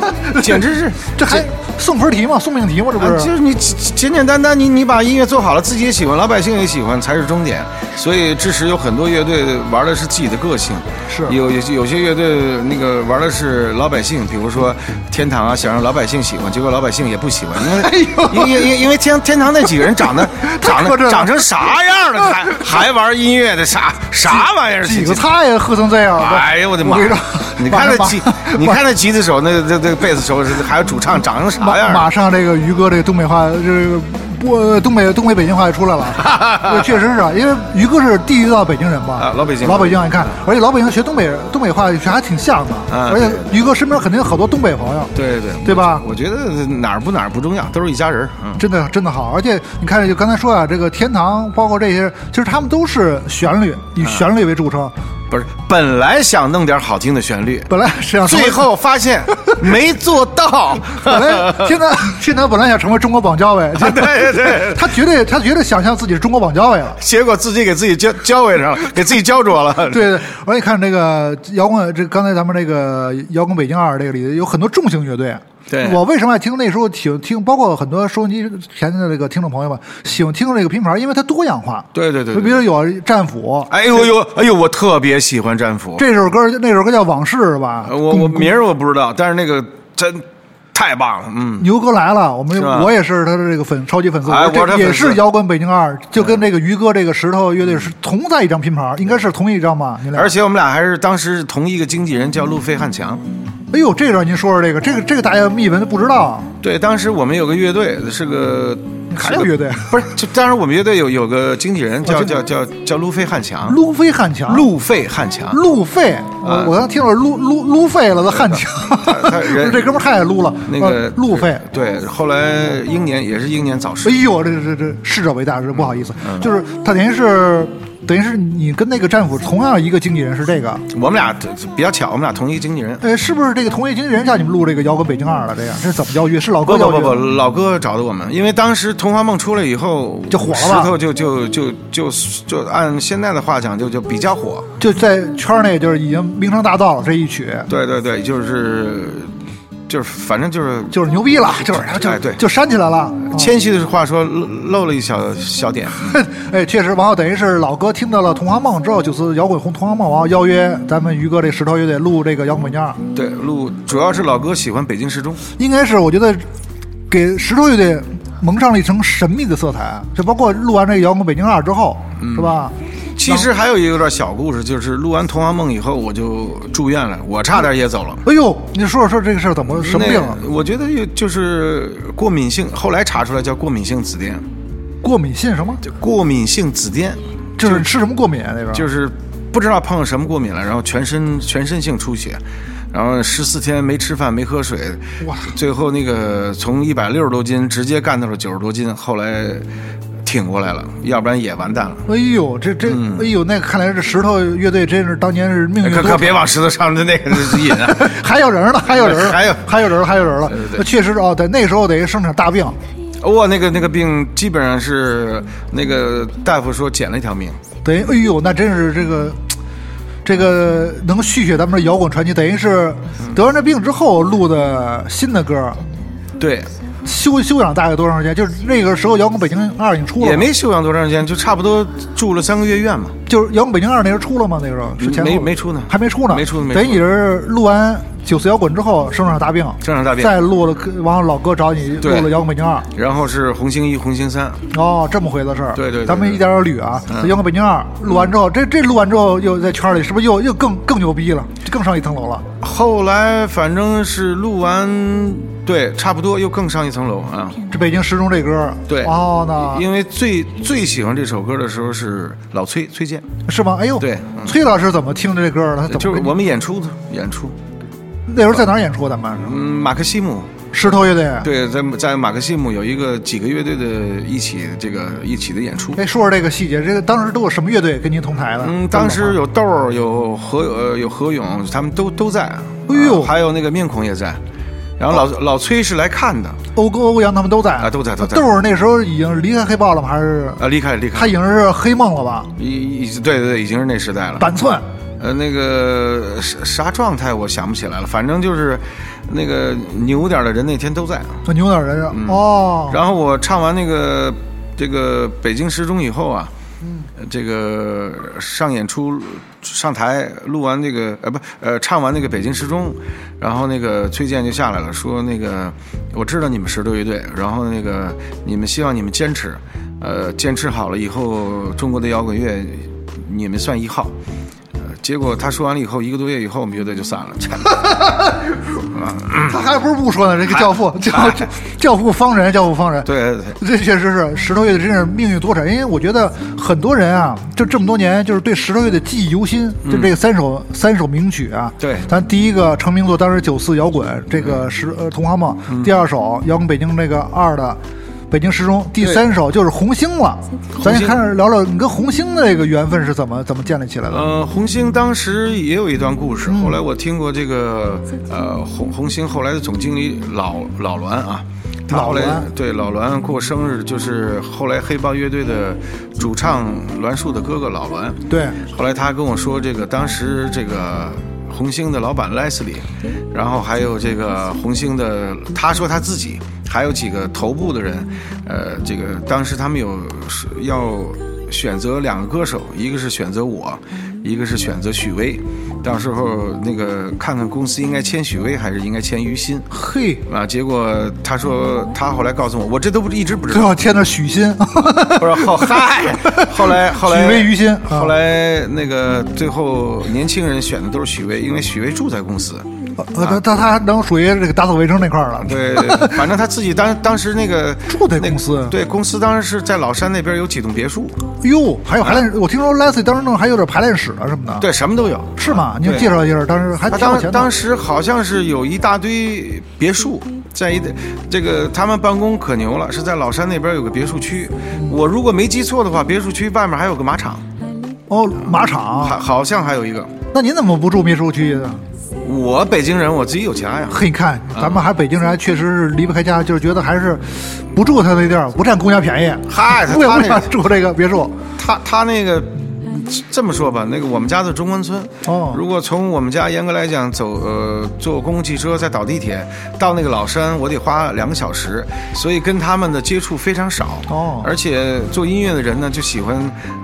C: 简直是，
D: 这还送分题吗？送命题吗？这不
C: 啊，
D: 是
C: 就是你简简简单单，你你把音乐做好了，自己也喜欢，老百姓也喜欢，才是终点。所以支持有很多乐队玩的是自己的个性，
D: 是
C: 有有有些乐队那个玩的是老百姓，比如说天堂啊，想让老百姓喜欢，结果老百姓也不喜欢， 因
D: 哎
C: 为、因因因因为天天堂那几个人长得长
D: 磕碜
C: 得
D: 了
C: 长成啥样 了，还还玩音乐的啥啥玩意儿？
D: 几个菜呀，喝成这样？
C: 哎呀，我的妈！
D: 跟你说
C: 你看那吉
D: 马上，
C: 你看那吉他手，那这这贝斯手，还有主唱，长成啥样啊
D: 马
C: 儿？
D: 马上这个于哥这个东北话，这个不呃东北东北北京话就出来了， 这确实是啊，因为于哥是地域到北京人嘛，
C: 啊老北京
D: 老北京，你看，而且老北京学东北东北话学还挺像的，
C: 啊
D: 而且于哥身边肯定有好多东北朋友，
C: 对对
D: 对吧？
C: 我觉得哪儿不哪儿不重要，都是一家人儿。嗯，
D: 真的真的好，而且你看，就刚才说啊，这个天堂，包括这些，其实他们都是旋律，以旋律为著称。
C: 不是，本来想弄点好听的旋 律，
D: 本来是想成为
C: 最后发现没做到。
D: 本来天堂天堂本来想成为中国绑教委，对
C: 对对
D: 他绝对他绝对想象自己是中国绑教委了。
C: 结果自己给自己浇浇尾 上了，给自己浇着了。
D: 对，对，而且看这个摇滚，这刚才咱们这个摇滚北京二这个里有很多重型乐队。啊
C: 对
D: 我为什么爱听那时候挺听，包括很多收音机前的这个听众朋友们喜欢听这个拼盘，因为它多样化。
C: 对对对对
D: 就比如有战斧，
C: 哎呦呦，哎呦，我特别喜欢战斧。
D: 这首歌那首歌叫《往事》是吧？
C: 呃
D: 嗯
C: 我我名儿我不知道，但是那个真太棒了。嗯，
D: 牛哥来了，我们
C: 是吧
D: 我也是他的这个粉超级粉丝，
C: 哎
D: 这
C: 我是
D: 也
C: 粉丝嗯
D: 是摇滚北京二，就跟这个于哥这个石头乐队是同在一张拼盘，应该是同一张吧？你俩？
C: 而且我们俩还是当时同一个经纪人，叫路飞汉强。
D: 哎呦，这段您说说这个，这个这个大家密闻不知道，啊
C: 对，当时我们有个乐队，是个
D: 还有乐队，啊
C: 不是，就当时我们乐队有有个经纪人叫
D: 经纪
C: 叫叫叫路飞汉强，
D: 路飞汉强，
C: 啊路费汉强，
D: 路费，我我刚听着路路路费了的汉强
C: 他他，人
D: 这哥们儿太撸了，
C: 那个
D: 呃路费。
C: 对，后来英年也是英年早逝
D: 哎，呦，这这这逝者为大，这不好意思，
C: 嗯
D: 就是他等于是等于是你跟那个战斧同样一个经纪人是这个，
C: 我们俩比较巧，我们俩同一个经纪人。
D: 呃，是不是这个同业经纪人让你们录这个摇滚北京二了？这样这是怎么邀约？是老
C: 不
D: 哥邀
C: 不
D: 约
C: 不
D: 的
C: 不，老哥找的我们，因为当时《童话梦》出来以后
D: 就火了
C: 石
D: 吧
C: 头就就就就就按现在的话讲，就就比较火。
D: 就在圈内就是已经名声大噪了。这一曲
C: 对对对，就是就是，反正就是
D: 就是牛逼了，就是就
C: 哎对
D: 就煽起来了。
C: 谦虚的话说，漏漏了一小小点。
D: 哎，确实，然后等于是老哥听到了《同行梦》之后，就是摇滚红《同行梦》，然后邀约咱们于哥这石头乐队录这个摇滚北京二，
C: 对，录主要是老哥喜欢北京时钟。
D: 应该是我觉得给石头乐队蒙上了一层神秘的色彩。就包括录完这个摇滚北京二之后，
C: 嗯
D: 是吧？
C: 其
D: 哦
C: 实还有一个有点小故事，就是录完《童话梦》以后，我就住院了，我差点也走了。
D: 哎呦，你说说这个事儿怎么什么病啊？
C: 那我觉得有就是过敏性，后来查出来叫过敏性紫癜，
D: 过敏性什么？
C: 过敏性紫
D: 啊
C: 癜
D: 就是吃什么过敏啊？那边
C: 就是不知道碰上什么过敏了，然后全身全身性出血，然后十四天没吃饭没喝水，
D: 哇！
C: 最后那个从一百六十多斤直接干到了九十多斤，后来挺过来了，要不然也完蛋了。
D: 哎
C: 嗯
D: 呦，这这，哎呦，那看来这石头乐队真是当年是命运
C: 哎可
D: 多
C: 可别
D: 舛
C: 往石头上的那个引 啊！
D: 还有人呢，还有人呢，
C: 还有
D: 还有人了，还有人了。
C: 对
D: 那确实哦，在那时候等于生场大病，
C: 哇，那个那个病基本上是那个大夫说捡了一条命，
D: 等于哎呦，那真是这个这个能续写咱们这摇滚传奇，等于是
C: 嗯
D: 得完这病之后录的新的歌，
C: 对，
D: 休休养大概多长时间？就是那个时候摇滚北京二已经出了，
C: 也没休养多长时间，就差不多住了三个月院嘛。
D: 就是摇滚北京二那时候出了吗？那时候是前后
C: 没没出呢
D: 还没出呢，
C: 没出呢没出
D: 等于你是录完九四摇滚之后生场大病，
C: 生场大病
D: 再录了歌，完后老哥找你录
C: 对
D: 了摇滚北京二，
C: 然后是红星一、红星三，
D: 哦，这么回的事儿。
C: 对对对嗯
D: 咱们一点点捋啊。这摇滚北京二录完之后，这这录完之后又在圈里是不是又又更更牛逼了，更上一层楼了？
C: 后来反正是录完，对，差不多又更上一层楼啊。
D: 这北京时钟这歌，
C: 对，
D: 哦，那
C: 因为最最喜欢这首歌的时候是老崔崔健，
D: 是吗？哎呦，
C: 对嗯
D: 崔老师怎么听着这歌儿了？他怎么
C: 就是
D: 跟你
C: 我们演出的演出，
D: 那时候在哪儿演出？咱们
C: 嗯，马克西姆，
D: 石头乐队。，
C: 对，在在马克西姆有一个几个乐队的一起这个一起的演出。
D: 哎，说说这个细节，这个当时都有什么乐队跟您同台的？
C: 嗯，当时有豆儿，有何呃有何勇，他们都都在。
D: 哎呦哦
C: 啊还有那个面孔也在。然后老、老崔是来看的，
D: 欧哥、欧阳他们都在
C: 啊都在都在
D: 豆儿那时候已经离开黑豹了吗？还是
C: 啊，离开离开
D: 他，已经是黑梦了吧？
C: 已已对对对，已经是那时代了。
D: 板寸，
C: 呃，那个啥啥状态我想不起来了，反正就是那个牛点儿的人那天都在。啊
D: 这牛点人是吧
C: 嗯
D: 哦，
C: 然后我唱完那个这个北京时钟以后啊，这个上演出上台录完这个呃不呃唱完那个北京时钟，然后那个崔健就下来了，说那个我知道你们石头乐队，然后那个你们希望你们坚持，呃坚持好了以后中国的摇滚乐你们算一号。呃结果他说完了以后，一个多月以后，我们乐队就散了。
D: 他还不是不说呢，这个教父教教父方人，教父方人，
C: 哎对对对。
D: 这确实是石头乐队，真是命运多舛。因为我觉得很多人啊，就这么多年，就是对石头乐队记忆犹新。就这三首、三首名曲啊，
C: 嗯对嗯
D: 咱第一个成名作当时九四摇滚这个石呃《童话梦》第二首摇滚北京这个二的。北京时钟，第三首就是红星了。咱先开始聊聊你跟红星的这个缘分是怎么怎么建立起来嗯的？
C: 呃，红星当时也有一段故事，后来我听过这个呃红红星后来的总经理老老栾啊，他后来
D: 老栾
C: 对老栾过生日，就是后来黑豹乐队的主唱栾树的哥哥老栾。
D: 对，
C: 后来他跟我说，这个当时这个红星的老板 Leslie，然后还有这个红星的，他说他自己还有几个头部的人，呃，这个当时他们有是要选择两个歌手，一个是选择我，一个是选择许巍。到时候那个看看公司应该签许巍还是应该签于心
D: 嘿，
C: 啊？结果他说他后来告诉我，我这都不一直不知
D: 最
C: 道，
D: 好签的许昕，
C: 不是后嗨，后来后来
D: 许巍于心啊
C: 后来那个最后年轻人选的都是许巍，因为许巍住在公司，
D: 呃，他他他能属于这个打扫卫生那块儿了。
C: 对，反正他自己当当时那个
D: 住在公司啊
C: 那对公司当时是在老山那边有几栋别墅，
D: 哟，还有排练，我听说 Leslie 当时弄还有点排练室啊什么的，，
C: 啊对，什么都有。啊
D: 是吗？你
C: 对
D: 介绍介绍，当时还
C: 他
D: 挺有钱
C: 当
D: 的
C: 当时好像是有一大堆别墅，在一这个他们办公可牛了，是在老山那边有个别墅区，
D: 嗯
C: 我如果没记错的话，别墅区外面还有个马场，
D: 哦，马
C: 还
D: 场。
C: 好像还有一个。
D: 那您怎么不住秘书区呢？
C: 我北京人，我自己有啊家呀。
D: 嘿，你看咱们还北京人，还确实是离不开家，就是觉得还是不住他那地儿，不占公家便宜，
C: 嗨， 他
D: 不也
C: 他
D: 不
C: 那
D: 想
C: 个
D: 住这个别墅。
C: 他他那个这么说吧，那个我们家在中关村。
D: 哦
C: 如果从我们家严格来讲走呃坐公共汽车再倒地铁到那个老山，我得花两个小时，所以跟他们的接触非常少。
D: 哦
C: 而且做音乐的人呢，就喜欢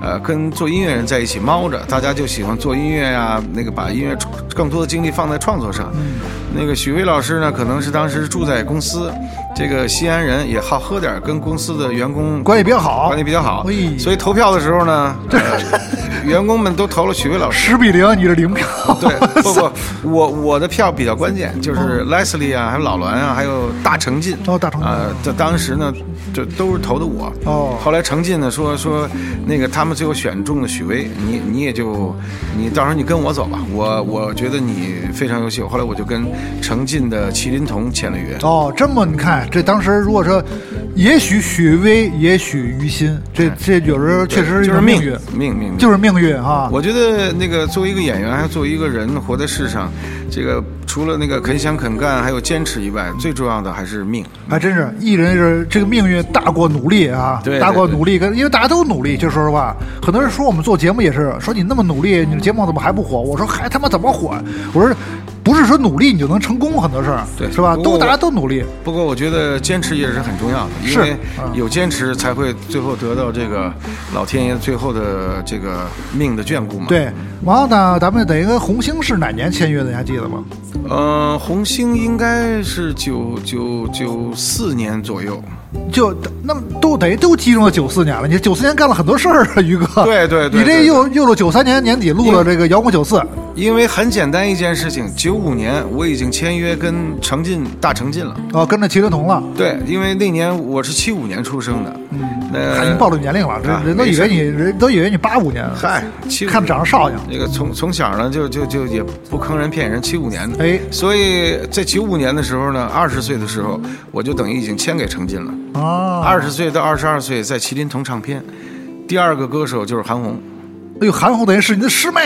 C: 呃跟做音乐人在一起猫着，大家就喜欢做音乐呀、那个把音乐创更多的精力放在创作上。
D: 嗯
C: 那个许巍老师呢，可能是当时住在公司，这个西安人也好喝点儿，跟公司的员工
D: 关系比较好
C: 关系比较好
D: 哎，
C: 所以投票的时候 呢，呃员工们都投了许巍老师。
D: 十比零，你是零票。
C: 对，不不，我我的票比较关键，就是 Leslie 啊，还有老栾啊，还有大程进。
D: 哦大程进
C: 呃，这当时呢，这都是投的我。
D: 哦
C: 后来程进呢说说，那个他们最后选中了许巍，你你也就你到时候你跟我走吧，我我觉得你非常优秀。后来我就跟程进的麒麟童签了约。
D: 哦，这么你看，这当时如果说，也许许巍，也许于心，这这有时候确实
C: 哎就是
D: 一种
C: 命
D: 运，
C: 命命
D: 就是命运啊。
C: 我觉得那个作为一个演员，还有作为一个人活在世上，这个除了那个肯想肯干，还有坚持以外，最重要的还是命。
D: 还真是，艺人是这个命运大过努力啊，
C: 对对
D: 大过努力跟，因为大家都努力。就说实话，很多人说我们做节目也是，说你那么努力，你的节目怎么还不火？我说还他妈怎么火？我说不是说努力你就能成功，很多事儿，
C: 对
D: 是吧？
C: 不过
D: 都
C: 我
D: 大家都努力，
C: 不过我觉得坚持也是很重要的，因
D: 是
C: 为
D: 嗯
C: 有坚持才会最后得到这个老天爷最后的这个命的眷顾嘛。，
D: 对。然后呢，咱们等于跟红星是哪年签约的？你还记得吗？
C: 呃，红星应该是九九九四年左右。
D: 就那么都等于都集中到九四年了，你九四年干了很多事儿啊，于哥。
C: 对对对
D: 你这
C: 对
D: 又又到九三年年底录了这个摇滚九四，
C: 因为很简单一件事情，九五年我已经签约跟程进大程进了。
D: 哦，跟着麒麟童了，
C: 对，因为那年我是七五年出生的，
D: 嗨，
C: 那
D: 你暴露年龄了，
C: 呃啊
D: 人人都
C: 没
D: 以
C: 事
D: 为你人都以为你八五年了，
C: 嗨，七五
D: 看长得少呀。
C: 那个从从小呢就就就也不坑人骗人，七五年的，
D: 哎
C: 所以在九五年的时候呢，二十岁的时候我就等于已经签给程进了，
D: 啊，
C: 二十岁到二十二岁在麒麟童唱片，第二个歌手就是韩红，
D: 哎呦，韩红等于是你的师妹，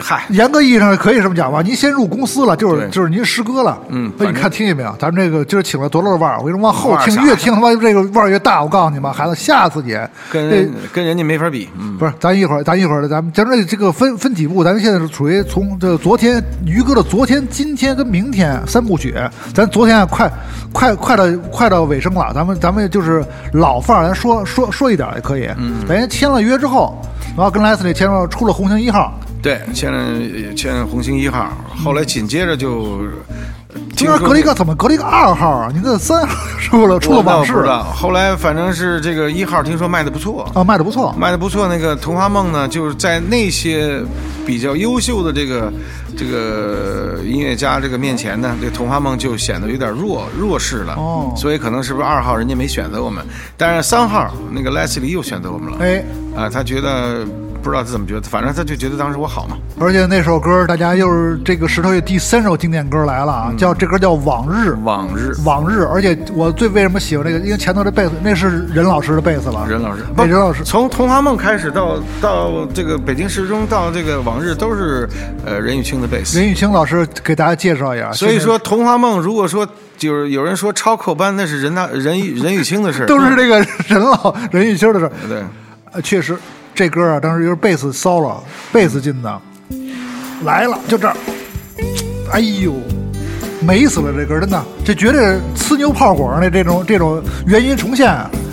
C: 嗨，
D: 严格意义上可以这么讲吧，您先入公司了，就是
C: 对
D: 就是您师哥了。
C: 嗯
D: 那你
C: 反正
D: 看听见没有？咱们这个今儿请了多大的腕儿？我跟你说，往后
C: 腕儿
D: 听
C: 啥
D: 越听他妈这个腕儿越大。我告诉你们，孩子，吓死你！
C: 跟
D: 这
C: 人跟人家没法比，嗯，
D: 不是，咱一会儿，咱一会儿的，咱们咱们这这个分分几步，咱们现在是属于从这昨天于哥的昨天、今天跟明天三部曲，咱昨天啊快快快到快到尾声了，咱们咱们就是老范儿，咱说说说一点儿也可以。嗯，咱先签了约之后，然后跟莱斯利签了出了红星一号，
C: 对，签了签红星一号，后来紧接着就
D: 中间隔了一个怎么隔了一个二号啊？你这三号出了出了
C: 我倒
D: 往事啊
C: 不知道，后来反正是这个一号听说卖的不错，
D: 啊，卖的不错。
C: 卖的不错。那个《童话梦》呢，就是在那些比较优秀的这个这个音乐家这个面前呢，这《童话梦》就显得有点弱弱势了。
D: 哦
C: 所以可能是不是二号人家没选择我们，但是三号那个 Leslie 又选择我们了。
D: 哎，
C: 啊，他觉得不知道他怎么觉得，反正他就觉得当时我好嘛。
D: 而且那首歌大家又是这个石头乐第三首经典歌来了
C: 嗯
D: 啊，叫这歌叫《往日》。
C: 往日
D: 往日，而且我最为什么喜欢这个？因为前头的贝斯，那是任老师的贝斯了。
C: 任老师，
D: 那任老师，
C: 从《童话梦》开始到到这个北京时钟到这个往日都是呃任宇清的贝斯。
D: 任宇清老师给大家介绍一下。
C: 啊所以说，《童话梦》如果说就是有人说超扣班，那是任大任宇任宇清的事儿，嗯
D: 现在都是这个 任老任宇清的事儿。
C: 对，
D: 呃，确实这歌啊，当时就是贝斯 solo，贝斯进的，来了就这儿，哎呦，美死了！这歌真的，这绝对是呲牛泡火的这种这种原音重现。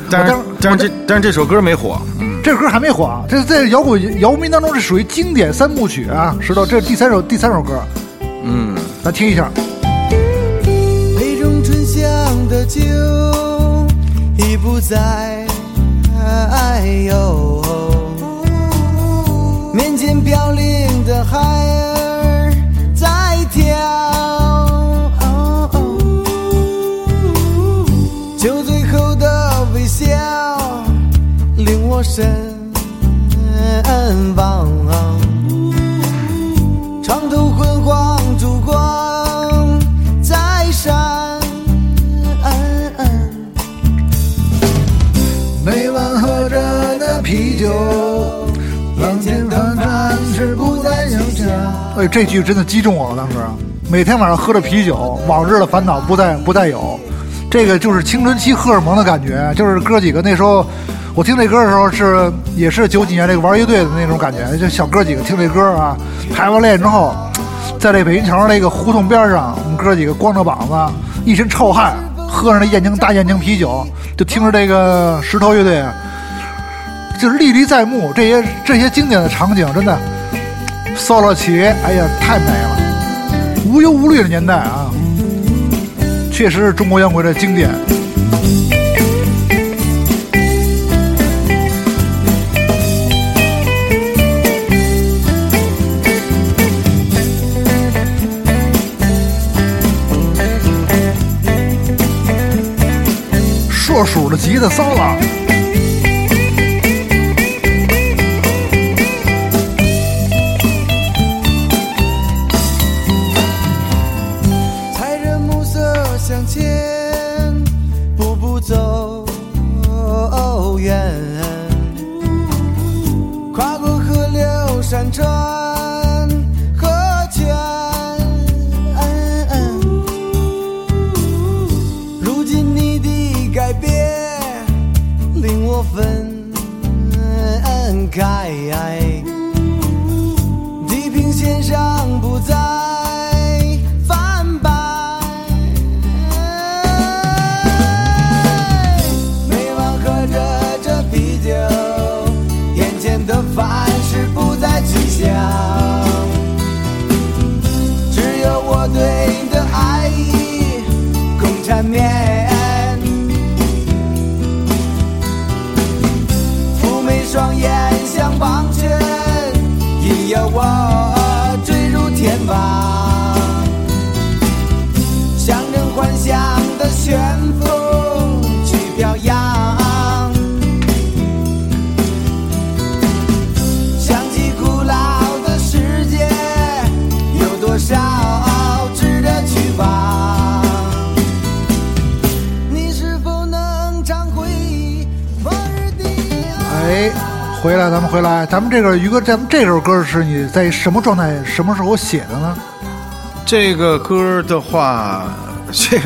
C: 但是
D: 我当
C: 但
D: 我
C: 是这但是这首歌没火，嗯，
D: 这歌还没火，啊这在摇滚摇民当中是属于经典三部曲啊，石头，这是第三首第三首歌，嗯，咱听一下，
E: 杯中醇香的酒已不再有，面前飘零的孩儿在跳。酒醉后的微笑，令我神往。床头昏黄烛光在闪。
D: 每晚喝着那啤酒，
E: 眼前的饭是不再想家。
D: 哎，这句真的击中我了，当时啊每天晚上喝着啤酒，往日的烦恼不再不再有，这个就是青春期荷尔蒙的感觉，就是哥几个那时候。我听这歌的时候是也是九几年这个玩乐队的那种感觉，就小哥几个听这歌啊，排完练之后，在这北京桥那个胡同边上，我们哥几个光着膀子，一身臭汗，喝着那燕京大燕京啤酒，就听着这个石头乐队，啊就是历历在目。这些这些经典的场景，真的 solo 起，哎呀，太美了！无忧无虑的年代啊，确实是中国摇滚的经典。硕鼠的吉他 solo。
E: 踩着暮色向前，步步走远，跨过河流、山川和泉。如今你的改变令我分开，地平线上不再翻白。每晚喝着这啤酒，眼前的饭是不再去想，只有我对你的爱意共缠绵。妩媚双眼像棒槌，引诱我坠入天网。象征幻想的旋风去飘扬，想起古老的世界，有多少值得去往？你是否能常回忆往日的？
D: 哎，回来，咱们回来，咱们这个于哥，咱们这首歌是你在什么状态、什么时候写的呢？
C: 这个歌的话，这个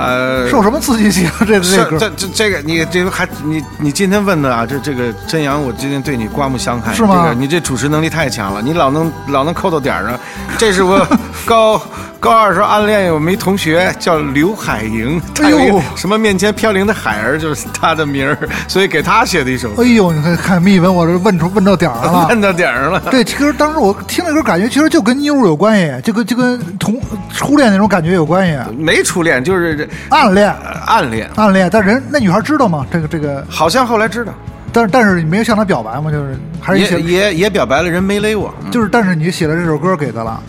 C: 呃，
D: 受什么刺激写的这个
C: 是
D: 这歌
C: 这？这这个你这个还你你今天问的啊，这这个真阳，我今天对你刮目相看。
D: 是吗
C: 这个你这主持能力太强了，你老能老能扣到点儿上。这是 我高高二时候暗恋有枚同学叫刘海莹，她有一个
D: 哎呦
C: 什么面前飘零的海儿就是她的名儿，所以给她写的一首歌，
D: 哎呦，你看看密文，我这问出问到点儿 上了。啊
C: 问到点儿上了。
D: 对，其实当时我听那歌，感觉其实就跟妞儿有关系，就跟就跟同初恋那种感觉有关系，
C: 没初恋，就是这
D: 暗恋，
C: 呃暗恋。
D: 暗恋。但人那女孩知道吗？这个这个，
C: 好像后来知道，
D: 但是但是你没有向她表白嘛，就是还是
C: 也
D: 写，
C: 也也表白了，人没勒我。
D: 就是但是你写了这首歌给她了，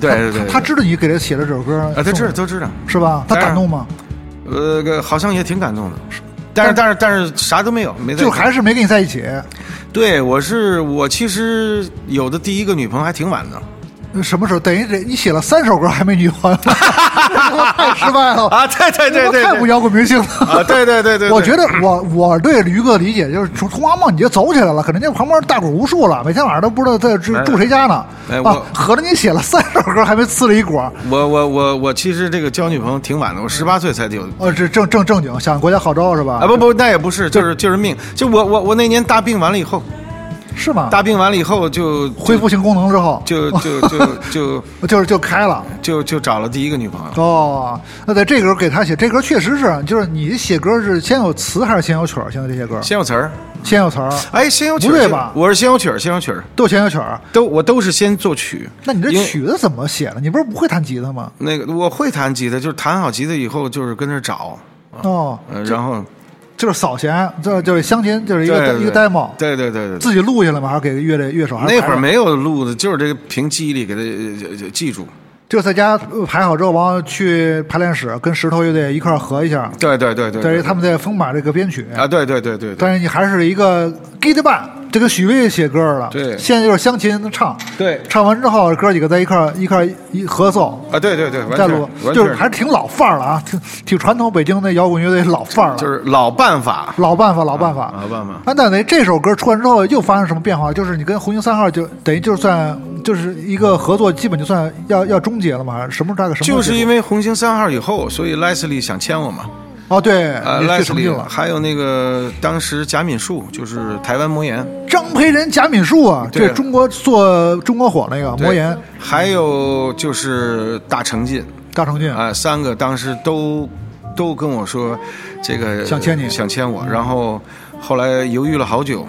C: 对对对，
D: 她知道你给她写了这首歌
C: 啊，他知道
D: 送
C: 都知道，
D: 是吧？她
C: 当然
D: 感动吗？
C: 呃，个好像也挺感动的。但是但是但是啥都没有，没在
D: 就还
C: 是
D: 是没跟你在一起，
C: 对我是我其实有的第一个女朋友还挺晚的
D: 什么时候？等于这你写了三首歌还没女朋 友，太哎失败了
C: 啊！对对对对，
D: 太不
C: 对
D: 摇滚明星了
C: 啊！对对对对，
D: 我觉得我我对驴哥理解就是从从阿梦你就走起来了，可能家旁边大伙无数了，每天晚上都不知道在住
C: 哎
D: 住谁家呢。
C: 哎我
D: 啊，合着你写了三首歌还没呲了一果儿，
C: 我我我我其实这个交女朋友挺晚的，我十八岁才有
D: 呃，这正正正经想国家号召是吧？
C: 啊！不不，那也不是，就是就是命。就我我我那年大病完了以后，
D: 是吗？
C: 大病完了以后就
D: 恢复性功能之后，
C: 就就就就
D: 就是就开了。
C: 就就找了第一个女 朋友。
D: 哦，那在这歌给他写，这歌确实是，就是你写歌是先有词还是先有曲儿？现在这些歌
C: 先有词儿，
D: 先有词儿，
C: 哎，先有曲儿，
D: 不对吧
C: 我是先有曲儿，先有曲儿，
D: 都先有曲儿。
C: 都我都是先作曲。
D: 那你这
C: 因为
D: 曲子怎么写的？你不是不会弹吉他吗？
C: 那个我会弹吉他，就是弹好吉他以后就是跟那儿找，
D: 哦，
C: 呃然后
D: 就是扫弦，这就是湘琴，就是一
C: 对
D: 个
C: 对
D: 一个 demo。
C: 对对对对对。
D: 自己录下来吗？还是给乐队乐手？还是
C: 那会
D: 排
C: 儿
D: 好，
C: 没有录的，就是这个凭记忆力给它呃记住。
D: 就在家呃排好之后，完了去排练室跟石头乐队一块儿合一下。
C: 对对对对
D: 但
C: 对
D: 是他们在疯马这个编曲，
C: 啊，对对对对对
D: 但是你还是一个 git band，就跟许巍写歌了。
C: 对
D: 现在就是湘琴唱，
C: 对
D: 唱完之后哥几个在一块儿一块儿一合奏。
C: 啊，对对对，完全
D: 再录
C: 完
D: 就
C: 全
D: 是还是挺老范儿了啊，挺挺传统北京的摇滚乐队老范儿了，
C: 就是老办法。
D: 老办法，老办法，
C: 啊老办法
D: 啊，那等于这首歌出完之后，又发生什么变化？就是你跟红星三号就等于就算就是一个合作，基本就算要要终结了嘛？还是什么大概什么时候
C: 就
D: 结束？
C: 是因为红星三号以后，所以 Leslie 想签我嘛，
D: 哦，对，
C: 呃
D: 你去成立
C: ，Leslie
D: 了。
C: 还有那个当时贾敏树，就是台湾魔岩，
D: 张培仁、贾敏树啊，
C: 对
D: 这中国做中国火那个
C: 对
D: 魔岩
C: 还有就是大成进，
D: 大成进，
C: 啊、三个当时都都跟我说，这个
D: 想签你
C: 想签我，然后后来犹豫了好久，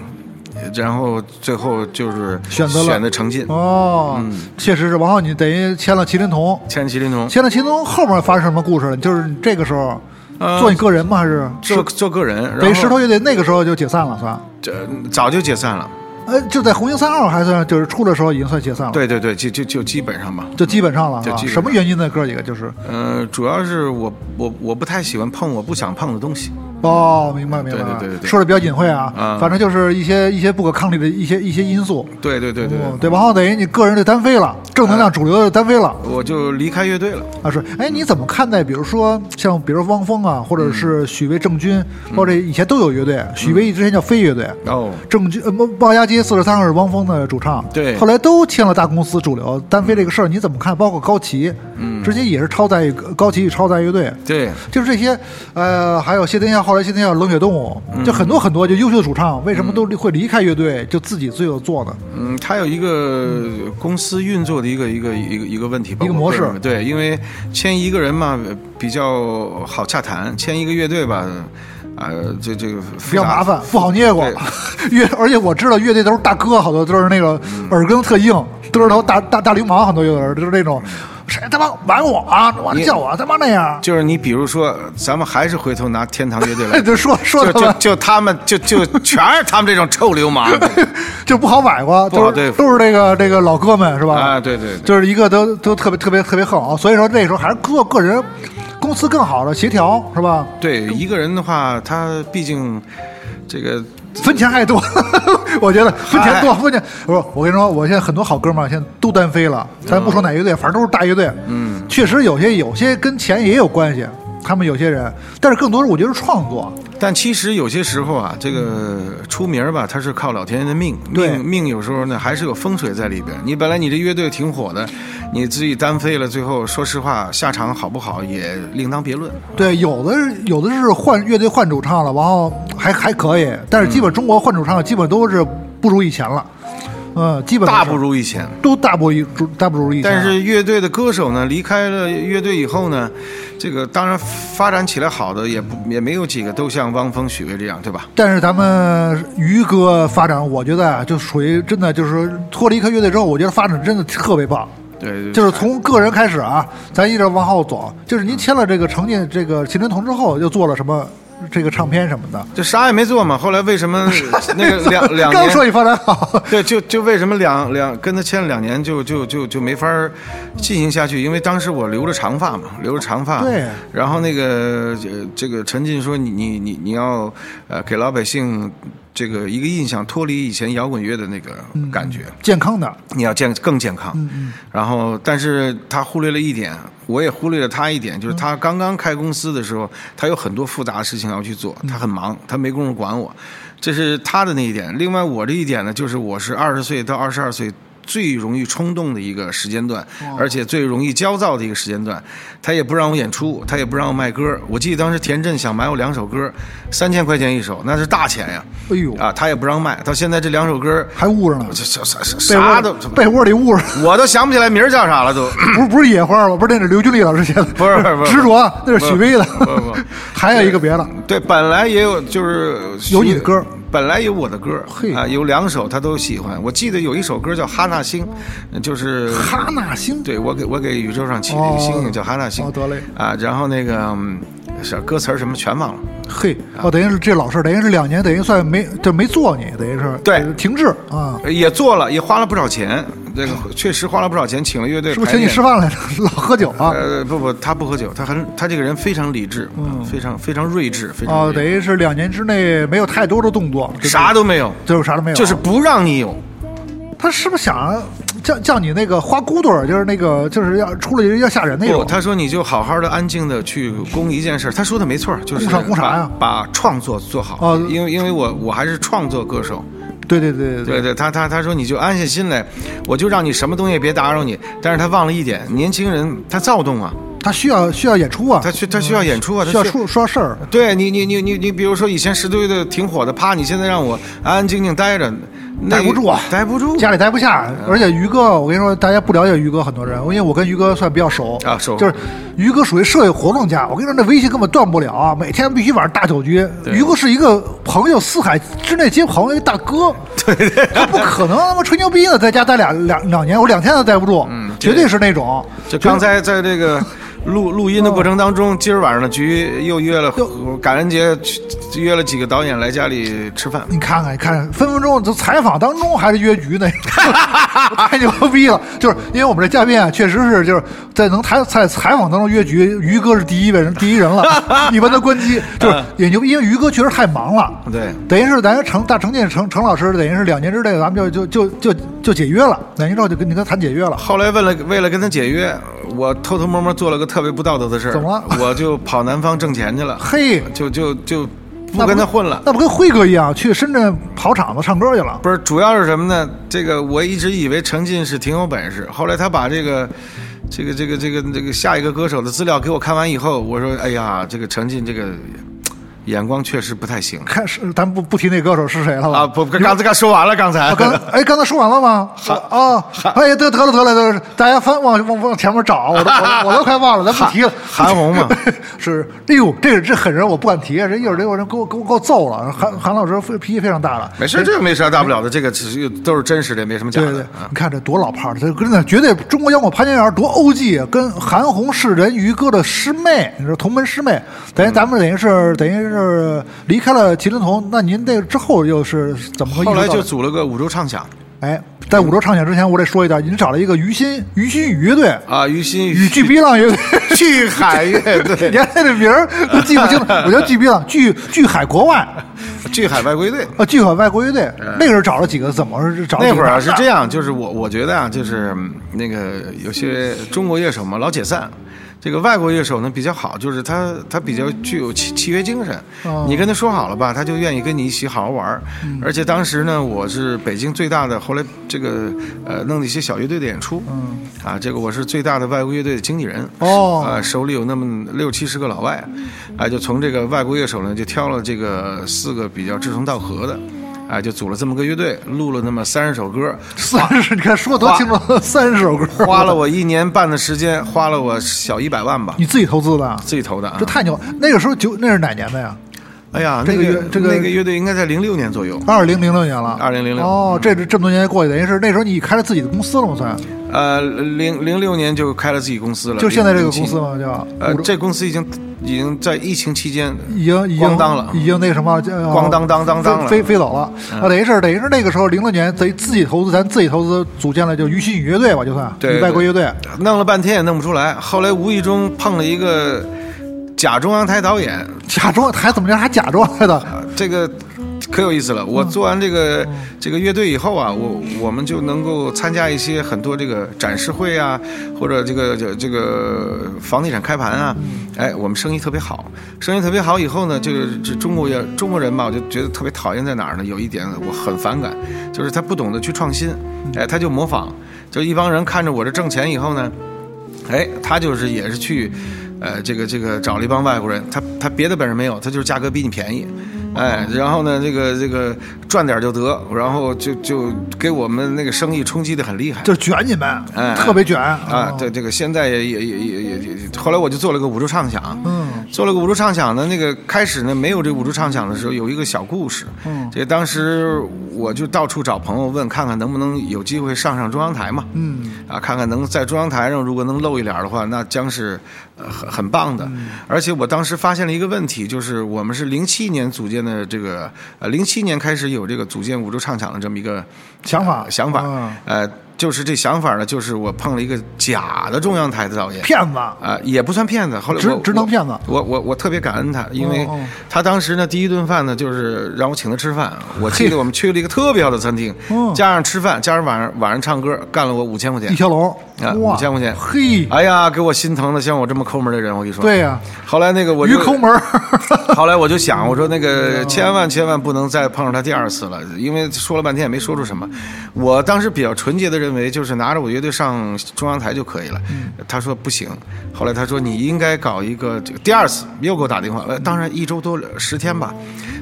C: 然后最后就是
D: 选择了
C: 选的程进，
D: 哦，
C: 嗯
D: 确实是。然后你等于签了麒麟童，
C: 签麒麟童，
D: 签了麒麟童后面发生什么故事了？就是你这个时候
C: 呃
D: 做你个人吗？还是
C: 做做个人，然
D: 等
C: 后
D: 于石头乐队那个时候就解散了，算？
C: 这早就解散了，
D: 呃，就在红星三号还算就是出的时候已经算解散了。
C: 对对对，就就就基本上吧。
D: 就基本上了，
C: 就是
D: 吧
C: 基本
D: 什
C: 上
D: 么原因呢？哥几个就是
C: 呃，主要是我我我不太喜欢碰我不想碰的东西，
D: 哦，明白明白，
C: 对对对对
D: 说的比较隐晦啊，
C: 嗯
D: 反正就是一些一些不可抗力的一些一些因素，
C: 对对对对，哎
D: 嗯对，然后等于你个人就单飞了，正能量主流就单飞了。
C: 我就离开乐队了。
D: 啊是，哎，你怎么看待？比如说像，比如汪峰啊，或
C: 嗯
D: 者是许巍、郑钧，或者以前都有乐队，许巍之前叫飞乐队，
C: 哦，
D: 郑钧呃，不鲍家街四十三号是汪峰的主唱，
C: 对
D: 后来都签了大公司主流单飞这个事儿，你怎么看？包括高旗，嗯，之前也是超载乐高旗与超载乐队，
C: 对，
D: 就是这些，呃，还有谢天笑，后来谢天笑冷血动物，
C: 嗯
D: 就很多很多就优秀的主唱，为什么都会离开乐队，就自己自由做呢？
C: 嗯，它有一个公司运作的一个一个一个一个问题，包括
D: 模式
C: 个人对，因为签一个人嘛呃比较好洽谈，签一个乐队吧，呃，这这个
D: 比
C: 比
D: 较麻烦，不好捏过
C: 对。 嗯
D: 乐，而且我知道乐队都是大哥，好多都是那个耳根特硬，都是头大大大流氓，很多有的人就是那种，谁他妈玩我啊，我
C: 你
D: 叫我他妈那样，
C: 就是你比如说，咱们还是回头拿天堂乐 队来，
D: 就说说
C: 就
D: 他
C: 就
D: 们。
C: 就他们就就全是他们这种臭流 氓
D: 就不好崴过，
C: 不好
D: 都
C: 对
D: 是
C: 付
D: 都是这个这个老哥们是吧？
C: 啊！对对对，
D: 就是一个都都特别特别特别横啊，所以说那时候还是做个人公司更好的协调是吧？
C: 对一个人的话，他毕竟这个
D: 分钱还多， 我觉得分钱多
C: 嗨
D: 分钱不是。我跟你说，我现在很多好哥们儿现在都单
C: 嗯
D: 飞了，咱不说哪乐队，反正都是大乐队。嗯，确实有些有些跟钱也有关系。他们有些人，但是更多是我觉得是创作，
C: 但其实有些时候啊，这个出名儿吧，它是靠老天爷的命，
D: 对
C: 命命有时候呢还是有风水在里边。你本来你这乐队挺火的，你自己单飞了，最后说实话下场好不好也另当别论。
D: 对，有的是有的是换乐队换主唱了，然后还还可以，但是基本中国换主唱基本都是不如以前了，嗯，基本都是
C: 大不如以前。
D: 都大不如大不如以前，啊
C: 但是乐队的歌手呢，离开了乐队以后呢，这个当然发展起来好的也不也没有几个都像汪峰、许巍这样，对吧？
D: 但是咱们于哥发展，我觉得啊，就属于真的就是脱离开乐队之后，我觉得发展真的特别棒。
C: 对，
D: 就是从个人开始啊，咱一直往后走。就是您签了这个成绩，这个秦振童之后，又做了什么这个唱片什么的。
C: 就啥也没做嘛。后来为什 么那个两两
D: 刚
C: 年？
D: 说你发展好，
C: 对，就就为什么两两跟他签了两年就就就就没法儿进行下去？因为当时我留着长发嘛，留着长发。
D: 对
C: 然后那个呃这个陈进说你你你你要呃给老百姓这个一个印象，脱离以前摇滚乐的那个感觉，
D: 健康的，
C: 你要健更健康。
D: 嗯
C: 然后，但是他忽略了一点，我也忽略了他一点，就是他刚刚开公司的时候，他有很多复杂的事情要去做，
D: 嗯
C: 他很忙，他没工夫管我，这是他的那一点。另外，我这一点呢，就是我是二十岁到二十二岁。最容易冲动的一个时间段，而且最容易焦躁的一个时间段，他也不让我演出，他也不让我卖歌。我记得当时田震想买我两首歌，三千块钱一首，那是大钱呀！
D: 哎呦
C: 啊，他也不让卖。到现在这两首歌，
D: 还捂着呢，
C: 啊这这啥啥
D: 被
C: 啥
D: 窝
C: 都
D: 被窝里捂着，
C: 我都想不起来名儿叫啥了都。
D: 不是不是野花吗？不是那是刘俊丽老师写的，
C: 不是不是不是
D: 执着，那是许巍的
C: 不是不是，
D: 还有一个别的，
C: 对，本来也有就是
D: 有你的歌儿，
C: 本来有我的歌儿
D: 嘿
C: 啊，有两首他都喜欢。我记得有一首歌叫《哈纳星》，就是
D: 哈纳星，
C: 对我给我给宇宙上起了一个星星
D: 哦
C: 叫哈纳星，
D: 哦得嘞
C: 啊，然后那个嗯是歌词儿什么全忘了。
D: 嘿，哦，等于是这老事儿，等于是两年，等于算没就没做你，等于是
C: 对
D: 停滞啊。
C: 也做了，也花了不少钱，这个 确实花了不少钱，请了乐队。
D: 是不是请你吃？饭来着？ 老喝酒啊？
C: 呃，不不，他不喝酒，他很他这个人非常理智，
D: 嗯
C: 非常非常睿智，非
D: 啊，
C: 常理
D: 等
C: 智
D: 于是两年之内没有太多的动作，这
C: 啥都没有，
D: 就是啥都没有。啊
C: 就是不让你有。
D: 他是不是想叫叫你那个花骨朵儿，就是那个就是要出来要吓人那
C: 不，
D: 种？
C: 他说你就好好的、安静的去攻一件事儿。他说的没错儿，就是
D: 攻啥攻啥呀
C: 把把创作做好。
D: 哦
C: 因为因为我我还是创作歌手。
D: 对对对对
C: 对对，他他他说你就安下心来，我就让你什么东西也别打扰你。但是他忘了一点，年轻人他躁动啊，
D: 他需要需要演出啊，
C: 他需他需要演出啊，他
D: 需要出说事儿。
C: 对你你你你你，比如说以前石队的挺火的，啪，你现在让我安安静静待着，那
D: 待不住啊
C: 待不住。
D: 家里待不下，
C: 嗯
D: 而且于哥，我跟你说，大家不了解于哥很多人，因为我跟于哥算比较熟
C: 啊熟
D: 就是于哥属于社会活动家，我跟你说，那微信根本断不了啊，每天必须晚上大酒局。于哥是一个朋友四海之内皆朋友一 大哥，对他不可能他妈吹牛逼的，在家待两两两年，我两天都待不住，绝对是那种。
C: 嗯就刚才在这个 录录音的过程当中，今儿晚上的局又约了感恩节去约了几个导演来家里吃饭。
D: 你看看，你看看，分分钟就采访当中还是约局呢， 太牛逼了！就是因为我们这嘉宾啊，确实是就是在能采在采访当中约局，于哥是第一位人，第一人了，一般都关机，就是也牛逼，因为于哥确实太忙了。
C: 对
D: 等于是咱成大成建程程老师，等于是两年之内咱们就就就就就解约了，两年之后就跟你跟他谈解约了。
C: 后来为了为了跟他解约，我偷偷摸摸做了个特别不道德的事儿，
D: 怎么了
C: 我就跑南方挣钱去了，
D: 嘿，
C: 就就就不
D: 那
C: 跟他混了。
D: 那不跟辉哥一样去深圳跑场子唱歌去了？
C: 不是，主要是什么呢？这个我一直以为程进是挺有本事，后来他把这个。这个这个这个这个下一个歌手的资料给我看完以后，我说：“哎呀，这个程进这个眼光确实不太行
D: 看是，咱不不提那歌手是谁了吧？
C: 啊！”不，刚才刚说完了，刚才
D: 啊，刚哎，刚才说完了吗？啊，哎呀，得得了得了得了，大家翻往往往前面找，我都我都我都快忘了，咱不提了。
C: 韩韩红嘛，
D: 是，哎呦，这个这狠人我不敢提，人一会儿这会人给我给我给我揍了。韩韩老师非脾气非常大了，
C: 没事，这个没啥大不了的，这个只是都是真实的，也没什么假
D: 对
C: 的
D: 对
C: 啊，。
D: 你看这多老炮儿，这真的绝对中国摇滚潘金莲多欧 G 啊！跟韩红是人于哥的师妹，你说同门师妹，等于
C: 嗯
D: 咱们等于是等于是离开了麒麟童，那您那个之后又是怎么个？
C: 后来就组了个五洲畅想
D: 哎，在五洲唱响之前，我得说一下，您找了一个于心于心雨乐队，
C: 啊，于心
D: 与巨逼浪乐队。
C: 巨海乐
D: 连
C: 队，
D: 他这名儿都记不清了，我叫巨逼浪，巨巨海国外，
C: 巨海外归 队。
D: 啊，巨海外国乐队。那个时候找了几个，怎么是找了
C: 嗯那
D: 几
C: 会
D: 个
C: 儿啊是这样，就是我我觉得啊，就是嗯那个有些中国乐手嘛，老解散。这个外国乐手呢比较好，就是他他比较具有契契约精神
D: 哦，嗯
C: 你跟他说好了吧，他就愿意跟你一起好好玩儿。而且当时呢，我是北京最大的，后来这个呃弄了一些小乐队的演出，
D: 嗯
C: 啊，这个我是最大的外国乐队的经纪人
D: 哦
C: 啊，手里有那么六七十个老外，啊，就从这个外国乐手呢就挑了这个四个比较志同道合的。啊，就组了这么个乐队，录了那么三十首歌，
D: 三十，你看说多清楚，三十首歌，
C: 花了我一年半的时间，花了我小一百万吧，
D: 你自己投资的啊，
C: 自己投的啊。
D: 这太牛！那个时候九那是哪年的呀？
C: 哎呀，
D: 这个
C: 那
D: 乐这个
C: 那个乐队应该在零六年左右。
D: 二零零六年了，
C: 2006
D: 哦，这这这么多年过去，等于是那时候你开了自己的公司了吗？算，
C: 呃，零零六年就开了自己公司了，
D: 嗯就现在这个
C: 07
D: 公司？吗？叫
C: 呃，
D: 五嗯
C: 这公司已经已经在疫情期间
D: 已经已经
C: 咣当了
D: 已经那什么，呃
C: 咣当当当当了嗯
D: 飞飞飞走了。啊，等于是等于是那个时候零六年，咱自己投资，咱自己投资组建了就于心雨乐队吧，就算
C: 对对
D: 外国乐队。
C: 弄了半天也弄不出来，后来无意中碰了一个假中央台导演，
D: 假装还怎么着还假装来的，
C: 啊这个可有意思了。我做完这个这个乐队以后啊，我我们就能够参加一些很多这个展示会啊，或者这个这这个房地产开盘啊，哎，我们生意特别好，生意特别好以后呢，就是这中国人中国人吧，我就觉得特别讨厌在哪儿呢？有一点我很反感，就是他不懂得去创新，哎，他就模仿，就一帮人看着我这挣钱以后呢。哎，他就是也是去，呃，这个这个找了一帮外国人，他他别的本事没有，他就是价格比你便宜，哎，然后呢，这个这个赚点就得，然后就就给我们那个生意冲击的很厉害。
D: 就是卷你们
C: 哎，
D: 特别卷
C: 啊，对，这个现在也也也也也也，后来我就做了个五洲畅想，
D: 嗯，
C: 做了个五洲畅想呢，那个开始呢没有这五洲畅想的时候，有一个小故事，
D: 嗯
C: 这当时我就到处找朋友问，看看能不能有机会上上中央台嘛，
D: 嗯，
C: 啊，看看能在中央台上如果能露一脸的话，那将是呃很很棒的。
D: 嗯
C: 而且我当时发现了一个问题，就是我们是零七年组建的这个，呃，零七年开始有这个组建五洲唱响的这么一个
D: 想法
C: 想法，
D: 嗯
C: 呃，就是这想法呢，就是我碰了一个假的中央台的导演，
D: 骗子。
C: 啊、也不算骗子。后来
D: 职
C: 我
D: 职能骗子
C: 我我我特别感恩他，因为
D: 哦哦
C: 他当时呢第一顿饭呢就是让我请他吃饭。我记得我们去了一个特别好的餐厅
D: 哦，
C: 加上吃饭，加上晚上晚上唱歌，干了我五千块
D: 一
C: 钱。
D: 条龙
C: 啊，
D: 哇，
C: 5000块钱
D: 嘿，
C: 哎呀，给我心疼的，像我这么抠门的人，我跟你说。
D: 对呀
C: 后来那个我
D: 鱼
C: 就
D: 抠门儿，
C: 后来我就想，我说那个千万千万不能再碰上他第二次了，因为说了半天也没说出什么。我当时比较纯洁的认为，就是拿着我乐队上中央台就可以了。他说不行，后来他说你应该搞一个这个第二次，又给我打电话，呃当然一周多十天吧，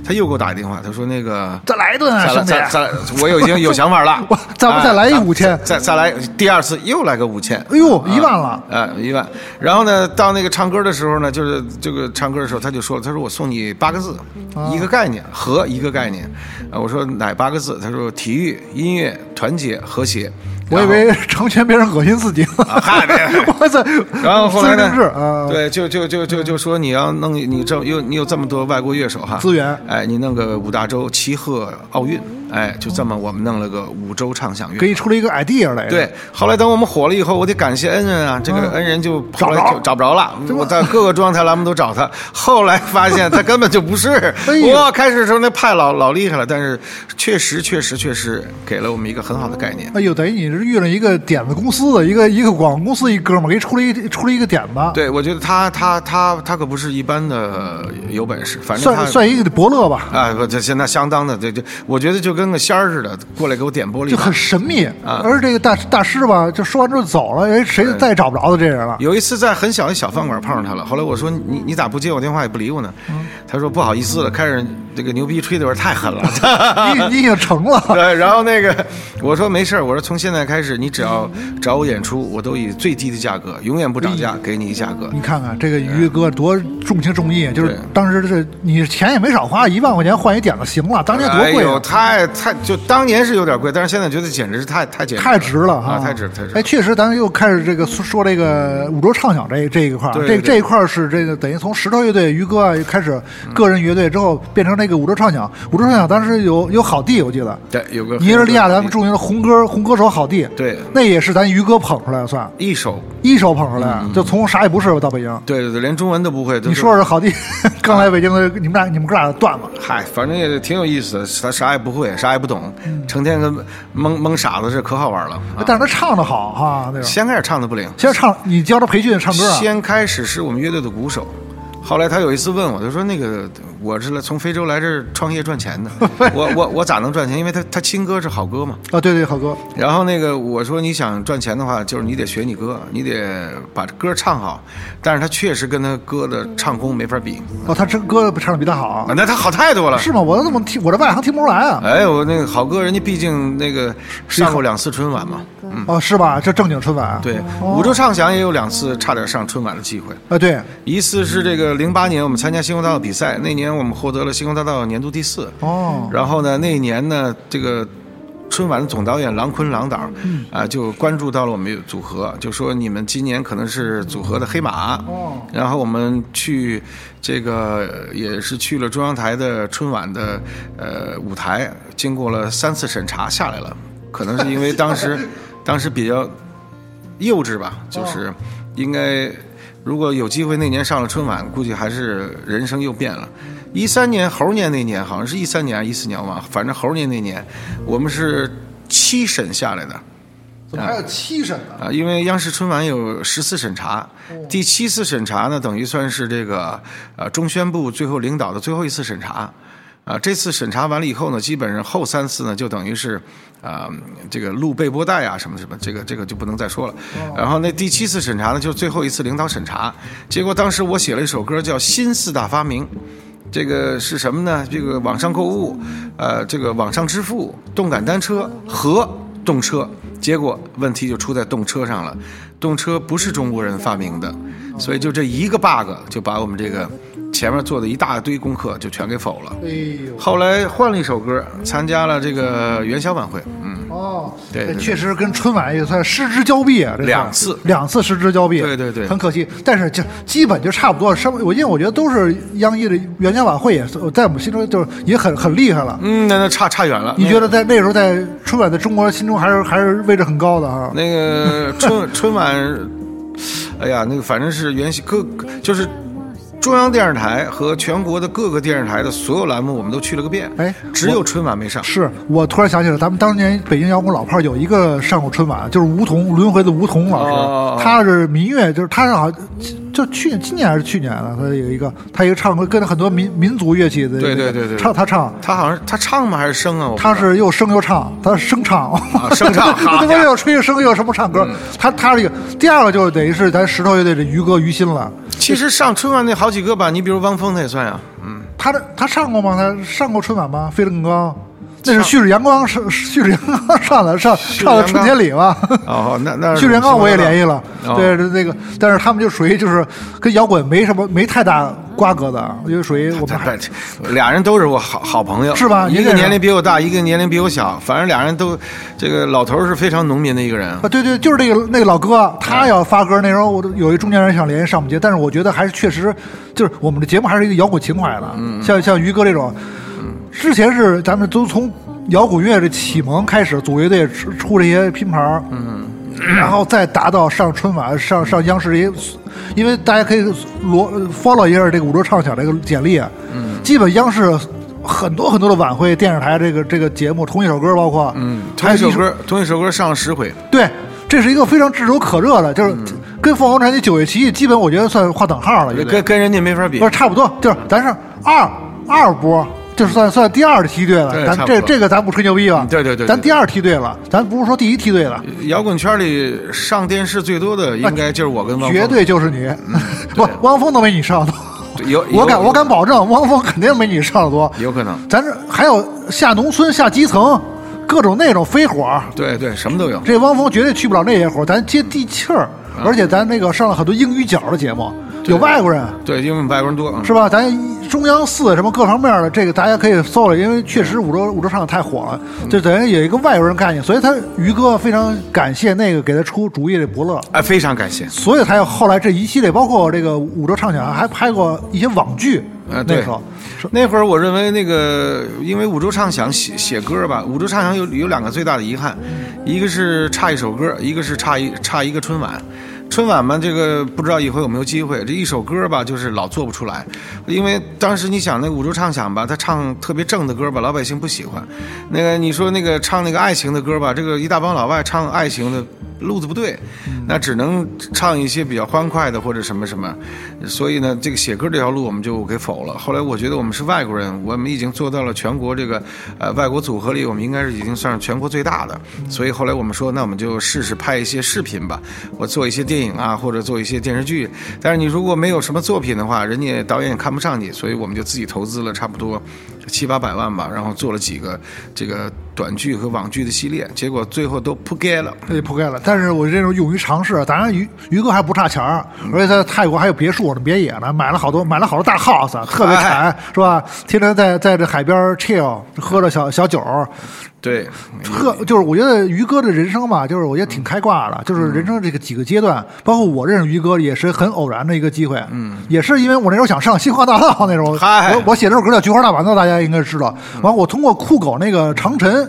C: 他又给我打电话，他说那个。
D: 再来一顿
C: 再
D: 啊，
C: 来
D: 兄弟！。
C: 再再来，我已经有想法了
D: 我 咱们再来一
C: 啊
D: 5000
C: 再再来第二次又来个五千。
D: 哎呦，一万了，
C: 啊，一万。然后呢，到那个唱歌的时候呢，就是这个唱歌的时候，他就说了，他说我送你八个字，
D: 啊
C: 一个概念和一个概念。啊，我说哪八个字？他说体育、音乐、团结、和谐。
D: 我以
C: 然后啊
D: 为成全别人恶心自己。
C: 嗨别
D: 我操！
C: 然后后来
D: 自律治啊
C: 呢？，对，就就就就就说你要弄你这有你有这么多外国乐手哈，
D: 资源
C: 哎，你弄个五大洲齐贺奥运，哎，就这么我们弄了个五洲畅想乐。
D: 给你出了一个 idea 来。
C: 对，，后来等我们火了以后，我得感谢恩人啊，这
D: 嗯
C: 个恩人就后来就找不着了，我在各个中央台栏目都找他，后来发现他根本就不是
D: 哎呦。
C: 哇，开始的时候那派老老厉害了，但是确实确实确实给了我们一个很好的概念。
D: 哎呦，等于你是遇了一个点子公司的一个一个广告公司一哥们儿，给你出了一出了一个点子，
C: 对，我觉得他他他他可不是一般的有本事，反正他
D: 算算一个伯乐吧，
C: 啊，不，这现在相当的，这这，我觉得就跟个仙儿似的，过来给我点播了一
D: 就
C: 把
D: 很神秘。
C: 啊
D: 而这个大大师吧，就说完之后走了，哎，谁再也找不着的这人了。
C: 有一次在很小的小饭馆碰上他了，后来我说你你咋不接我电话也不理我呢？
D: 嗯
C: 他说不好意思了，开始这个牛逼吹的有点太狠了。
D: 你你已经成了，
C: 对，然后那个我说没事儿我说从现在开始你只要
D: 嗯
C: 找我演出，我都以最低的价格，永远不涨价，给你一价格。
D: 你看看这个于哥多重情重义，啊就是
C: 对
D: 当时这你钱也没少花，一万块钱换一点子行了，当年多
C: 哎
D: 贵
C: 呦，
D: 啊！
C: 太太就当年是有点贵，但是现在觉得简直是太太简直
D: 太值了哈、
C: 啊，太值太值。
D: 哎，确实，咱又开始这个说说这个五洲畅想这这一块儿，啊
C: 对
D: 这
C: 对嗯
D: 这一块儿是这个等于从石头乐队于哥啊开始个人乐队之后，变成那个五洲畅想。五洲畅想当时有有好弟，我记得
C: 对，有个
D: 尼日利亚咱们著名的红歌红歌手好弟，
C: 对
D: 那也是咱于哥捧出来的，算
C: 一手，
D: 一手捧出来，就从啥也不是到北京。
C: 对对嗯对，连中文都不会。都
D: 你
C: 是
D: 说说好弟刚来北京的，你们俩你们哥俩的段子，
C: 嗨，反正也挺有意思的，他啥也不会，岁，啥也不懂，成天跟蒙蒙傻子似的，可好玩了。啊
D: 嗯哎但是他唱的好哈，对吧？
C: 先开始唱的不灵，
D: 先唱，你教他培训唱歌啊？
C: 先开始是我们乐队的鼓手，后来他有一次问我，他说：“那个我是来从非洲来这儿创业赚钱 的，我我我咋能赚钱？因为他他亲哥是好哥嘛。
D: 啊，对对，好哥，
C: 然后那个我说你想赚钱的话，就是你得学你哥，你得把歌唱好。但是他确实跟他哥的唱功没法比，
D: 哦，他这歌唱的比他好
C: 啊，那他好太多了。
D: 是吗？我都怎么听，我这外行听不出来啊？
C: 哎呦，我那个好哥，人家毕竟那个上过两次春晚嘛，嗯，
D: 哦，是吧？这正经春晚啊？
C: 对，
D: 哦
C: 五洲唱响也有两次差点上春晚的机会。
D: 啊，对，
C: 一次是这个零八年我们参加星光大道比赛，那年我们获得了星光大道年度第四。
D: 哦，
C: 然后呢，那一年呢，这个春晚的总导演郎昆郎导啊、
D: 嗯
C: 就关注到了我们组合，就说你们今年可能是组合的黑马。
D: 哦
C: 然后我们去这个呃也是去了中央台的春晚的呃舞台，经过了三次审查下来了，可能是因为当 时当时比较幼稚吧，就是应该如果有机会那年上了春晚，估计还是人生又变了。一三年猴年那年，好像是一三年还是一四年吧，反正猴年那年，我们是七审下来的。嗯
D: 怎么还有七审呢？
C: 啊，因为央视春晚有十次审查，第七次审查呢，等于算是这个呃中宣部最后领导的最后一次审查。啊，这次审查完了以后呢，基本上后三次呢，就等于是，啊、这个录备播带啊，什么什么，这个这个就不能再说了。然后那第七次审查呢，就是最后一次领导审查。结果当时我写了一首歌叫《新四大发明》，这个是什么呢？这个网上购物，呃，这个网上支付、动感单车和动车。结果问题就出在动车上了，动车不是中国人发明的，所以就这一个 bug 就把我们这个前面做的一大堆功课就全给否了。
D: 哎呦，
C: 后来换了一首歌，参加了这个元宵晚会，嗯，
D: 哦，
C: 对对对
D: 确实跟春晚也算失之交臂啊，这是
C: 两次
D: 两次失之交臂，
C: 对对对
D: 很可惜。但是就基本就差不多，上我因为我觉得都是央艺的元宵晚会也是，在我们心中就是也很很厉害了。
C: 嗯，那那差差远了。
D: 你觉得在那时候在春晚在中国心中还是还是位置很高的啊？
C: 那个 春春晚，哎呀，那个反正是原先各就是中央电视台和全国的各个电视台的所有栏目，我们都去了个遍，
D: 哎
C: 只有春晚没上。
D: 是我突然想起来，咱们当年北京摇滚老炮儿有一个上过春晚，就是吴彤，轮回的吴彤老师，
C: 哦哦哦
D: 他是民乐，就是他是好像就去年今年还是去年了，他有一个他一个唱歌跟很多民民族乐器的，
C: 对对对对
D: 唱他唱。
C: 他好像是他唱吗还是生啊？我不知道
D: 他是又生又唱，他是声唱，
C: 啊声 唱嗯好
D: 他又吹声又什么唱歌，他他这个第二个就等于是咱石头乐队的于哥于心了，
C: 其实上春晚那好几个吧，你比如汪峰他也算呀，嗯，
D: 他这他上过吗？他上过春晚吗？飞得更高，那是旭日阳光上 旭日阳光上的上
C: 日
D: 上的
C: 阳
D: 春节
C: 光
D: 里 吧？
C: 哦，那那
D: 旭日阳光我也联系了，
C: 哦
D: 对对那个，但是他们就属于就是跟摇滚没什么没太大瓜葛的，就属于我们 还
C: 对，俩人都是我好好朋友，
D: 是吧
C: 一
D: 你
C: 个
D: 认识
C: 年龄比我大，一个年龄比我小，反正俩人都，这个老头儿是非常农民的一 个人。
D: 啊，对对，就是那个那个老哥，啊
C: 嗯
D: 他要发歌那时候，我都有一中年人想联系上不接，但是我觉得还是确实，就是我们的节目还是一个摇滚情怀的，
C: 嗯
D: 像像于哥这种，之前是咱们都从摇滚乐的启蒙开始，组乐队出出这些拼盘儿，
C: 嗯
D: 然后再达到上春晚、上上央视这些，因为大家可以罗 follow 一下这个五洲畅想这个简历，嗯，基本央视。很多很多的晚会、电视台这个这个节目，同一首歌，包括嗯
C: 同一首歌，同一首歌上了十回，
D: 对，这是一个非常炙手可热的，就是
C: 嗯
D: 跟凤凰传奇、九月奇艺基本我觉得算划等号了，也
C: 跟跟人家没法比
D: 不是。差不多，就是咱是二二波。就是算算第二梯队
C: 对
D: 了，咱
C: 差不
D: 这
C: 多
D: 这个咱不吹牛逼吧
C: 嗯？对对对对嗯
D: 咱第二梯队了，咱不是说第一梯队了，
C: 摇滚圈里上电视最多的应该就是我跟汪峰，
D: 绝对就是你， 不，汪峰都没你上的多。
C: 对有
D: 我敢
C: 有
D: 我敢保证，汪峰肯定没你上的多。
C: 有可能，
D: 咱这还有下农村、下基层，各种那种飞火，
C: 对对，什么都有。
D: 这汪峰绝对去不了那些活儿，咱接地气儿，而且咱那个上了很多英语角的节目，有外国人
C: 啊对，因为我们外国人多，嗯
D: 是吧？咱中央四什么各方面的，这个大家可以搜了，因为确实五洲五洲唱太火了，
C: 嗯
D: 就等于有一个外国人概念，所以他于哥非常感谢那个给他出主意的伯乐。
C: 哎，非常感谢。
D: 所以才有后来这一系列，包括这个五洲唱响，还拍过一些网剧。
C: 呃，
D: 那
C: 对
D: 时候是，
C: 那会儿我认为那个，因为五洲唱响写写歌吧，五洲唱响有有两个最大的遗憾，一个是差一首歌，一个是差一差一个春晚。春晚嘛，这个不知道以后有没有机会。这一首歌吧，就是老做不出来，因为当时你想那五洲唱响吧，他唱特别正的歌吧，老百姓不喜欢。那个你说那个唱那个爱情的歌吧，这个一大帮老外唱爱情的路子不对，那只能唱一些比较欢快的或者什么什么。所以呢，这个写歌这条路我们就给否了。后来我觉得我们是外国人，我们已经做到了全国这个呃外国组合里，我们应该是已经算是全国最大的。所以后来我们说，那我们就试试拍一些视频吧，我做一些电影啊，或者做一些电视剧。但是你如果没有什么作品的话，人家导演也看不上你，所以我们就自己投资了差不多七八百万吧，然后做了几个这个短剧和网剧的系列，结果最后都扑街了。
D: 那就铺盖了。但是我这种勇于尝试，当然于于哥还不差钱儿，而且在泰国还有别墅呢，别野呢，买了好多买了好多大 house，特别馋，是吧？天天在在这海边 chill，喝着小小酒儿，
C: 对，
D: 特就是我觉得于哥的人生吧，就是我觉得
C: 嗯
D: 挺开挂的，就是人生这个几个阶段，包括我认识于哥也是很偶然的一个机会，嗯，也是因为我那时候想上星光大道 那时候，
C: 嗨嗯
D: 我我写这首歌叫《菊花大馒头》，大家应该知道。完，我通过酷狗那个长城。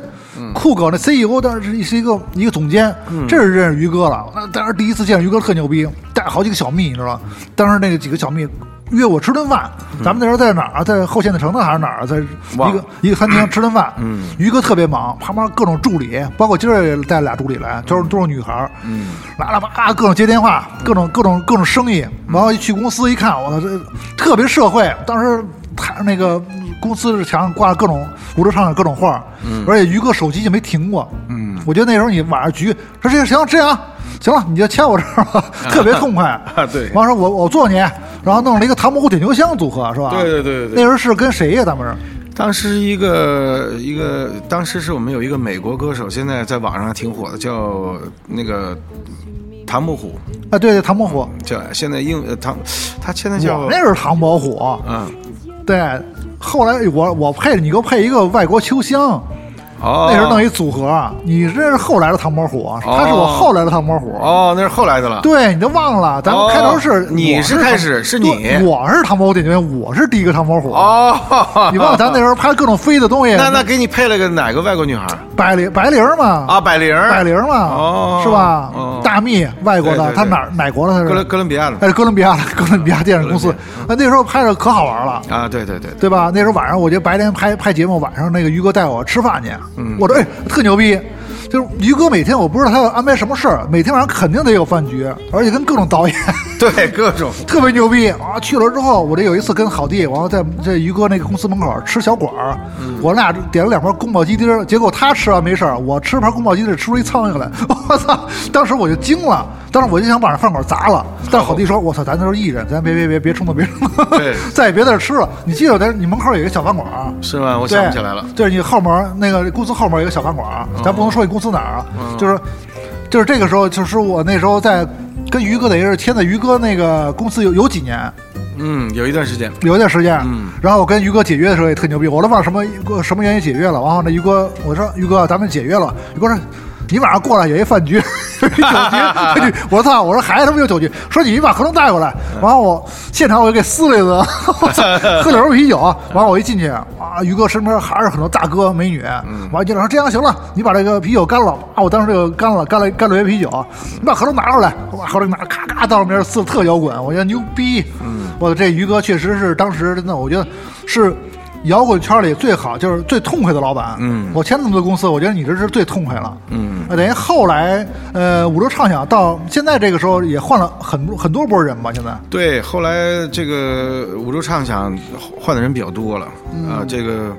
D: 酷狗那 CEO 当时是一个一个总监，
C: 嗯
D: 这是认识于哥了。那当时第一次见于哥特牛逼，带好几个小蜜，你知道吗？当时那个几个小蜜约我吃顿饭，咱们那时候在哪儿啊？在后县的城呢还是哪儿啊？在一
C: 忘
D: 个
C: 了
D: 一个餐厅吃顿饭，嗯，于哥特别忙，旁边各种助理，包括今儿也带俩助理来，都是都是女孩儿，嗯，来了吧，啊各种接电话，各种各种各种生意，然后一去公司一看，我操，这特别社会，当时他那个公司的墙上挂了各种五洲唱的各种画，嗯，而且于哥手机就没停过，嗯，我觉得那时候你晚上局说这行这样。行了，你就签我这儿吧，特别痛快。
C: 对
D: 完说我我做你，然后弄了一个唐伯虎点秋香组合，是吧？
C: 对对对对对
D: 那时候是跟谁呀？咱们是
C: 当时一个一个，当时是我们有一个美国歌手，现在在网上还挺火的，叫那个唐伯虎，
D: 啊，对对，唐伯虎。
C: 叫现在英呃唐，他现在
D: 我
C: 叫
D: 那是唐伯虎，
C: 嗯
D: 对。后来我我配你给我配一个外国秋香，
C: 哦，
D: 那时候弄一组合，你这是后来的唐伯虎，啊他是我后来的唐伯虎。
C: 哦，那是后来的了。
D: 对，你都忘了，咱们
C: 哦
D: 开头是、
C: 你
D: 我
C: 是
D: 是
C: 开
D: 唐
C: 始是
D: 对
C: 你
D: 我是唐伯虎点秋香，我是第一个唐伯虎。
C: 哦，
D: 你忘了咱 那时候拍各种飞的东西，
C: 那那给你配了个哪个外国女孩儿
D: 百灵白灵嘛
C: 啊？百灵儿，
D: 百灵嘛，
C: 哦
D: 是吧？
C: 哦
D: 大蜜外国
C: 对
D: 的，
C: 对
D: 他
C: 对
D: 哪儿哪国的？他是
C: 哥伦哥伦比亚的
D: 哎，哥伦比亚的哥伦比亚电影公司啊，那时候拍的可好玩了。
C: 啊，对对对，
D: 对吧？那时候晚上，我觉得白天拍拍节目，晚上那个于哥带我吃饭去，
C: 嗯
D: 我说哎，特牛逼。就是于哥每天我不知道他要安排什么事儿，每天晚上肯定得有饭局，而且跟各种导演
C: 对对各种
D: 特别牛逼啊！去了之后，我这有一次跟好弟，完了在这于哥那个公司门口吃小馆儿，我俩点了两盘宫保鸡丁儿，结果他吃完没事儿，我吃盘宫保鸡丁儿吃出一苍蝇来， 我操！当时我就惊了，当时我就想把那饭馆砸了，但是好弟说，我操，咱都是艺人，咱别别别别冲动，别冲动
C: 对，
D: 再也别在这吃了。你记得我在你门口有一个小饭馆儿，
C: 是吗？我
D: 对
C: 想不起来了。嗯
D: 对你后门儿那个公司后门儿有个小饭馆儿，咱不能说你公司哪儿啊，就是就是这个时候，就是我那时候在跟于哥等于是签在于哥那个公司有有几年，
C: 嗯，有一段时间，
D: 有一段时间。然后我跟于哥解约的时候也特牛逼，我都忘了什么什么原因解约了。然后那于哥我说于哥咱们解约了，于哥说。你晚上过来有一饭局， 有一酒局，饭局我说操！我说孩子他们有酒局，说你把合同带过来，然后我现场我就给撕了一顿， 我操喝两瓶啤酒，完了我一进去啊，于哥身边还是很多大哥美女，完了就说这样行了，你把这个啤酒干了，啊，我当时这个干了干了干了一杯啤酒，你把合同拿出来，我把合同拿咔咔到那边撕得特摇滚，我觉得牛逼，我这于哥确实是当时真的，我觉得是。摇滚圈里最好就是最痛快的老板。嗯，我签那么多公司，我觉得你这是最痛快了。嗯，等于后来，呃，五洲畅想到现在这个时候也换了很多很多波人吧。现在
C: 对，后来这个五洲畅想换的人比较多了
D: 嗯
C: 啊，这个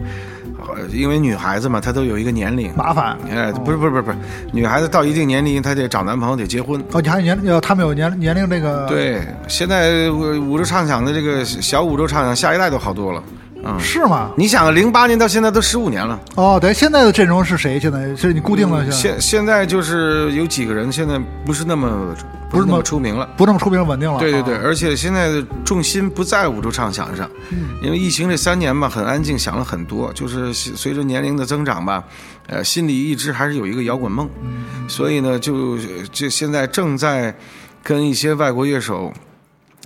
C: 呃因为女孩子嘛，她都有一个年龄，
D: 麻烦
C: 哎，不是不是不是不是，女孩子到一定年龄，她得找男朋友，得结婚。
D: 哦，你还有年呃，他们有年年龄那个，
C: 对，现在五五洲畅想的这个小五洲畅想，下一代都好多了。嗯，
D: 是吗？
C: 你想，零八年到现在都十五年了，
D: 哦，等于现在的阵容是谁？现在是你固定了现在，
C: 嗯现现在就是有几个人现在不是那么
D: 不是那么
C: 那么出名了。
D: 不那么出名稳定了。
C: 对对对，
D: 啊
C: 而且现在的重心不在五洲畅想上，
D: 嗯
C: 因为疫情这三年吧，很安静，想了很多。就是随着年龄的增长吧，呃，心里一直还是有一个摇滚梦，
D: 嗯
C: 所以呢，就就现在正在跟一些外国乐手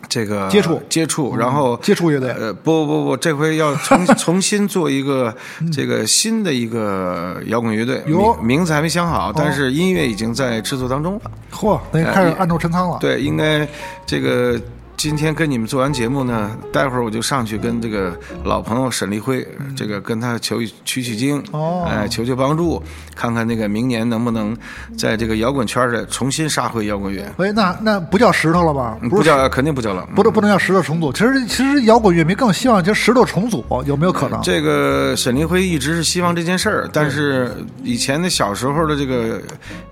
C: 这个
D: 接触嗯
C: 接触，然后
D: 接触乐队
C: 呃，不不不，这回要 重重新做一个这个新的一个摇滚乐队，
D: 嗯哟哦
C: 名名字还没想好，但是音乐已经在制作当中了。
D: 嚯，那开始暗中陈仓了。
C: 哎对，应该这个今天跟你们做完节目呢，待会儿我就上去跟这个老朋友沈立辉，这个跟他求一取取经，
D: 嗯哦
C: 哎，求求帮助，看看那个明年能不能在这个摇滚圈儿里重新杀回摇滚乐。
D: 喂，那那不叫石头了吧？
C: 嗯
D: 不
C: 不
D: 是
C: 叫肯定不叫了，
D: 不能不能叫石头重组。其实其实摇滚乐迷更希望就是石头重组，有没有可能？
C: 这个沈立辉一直是希望这件事儿，但是以前的小时候的这个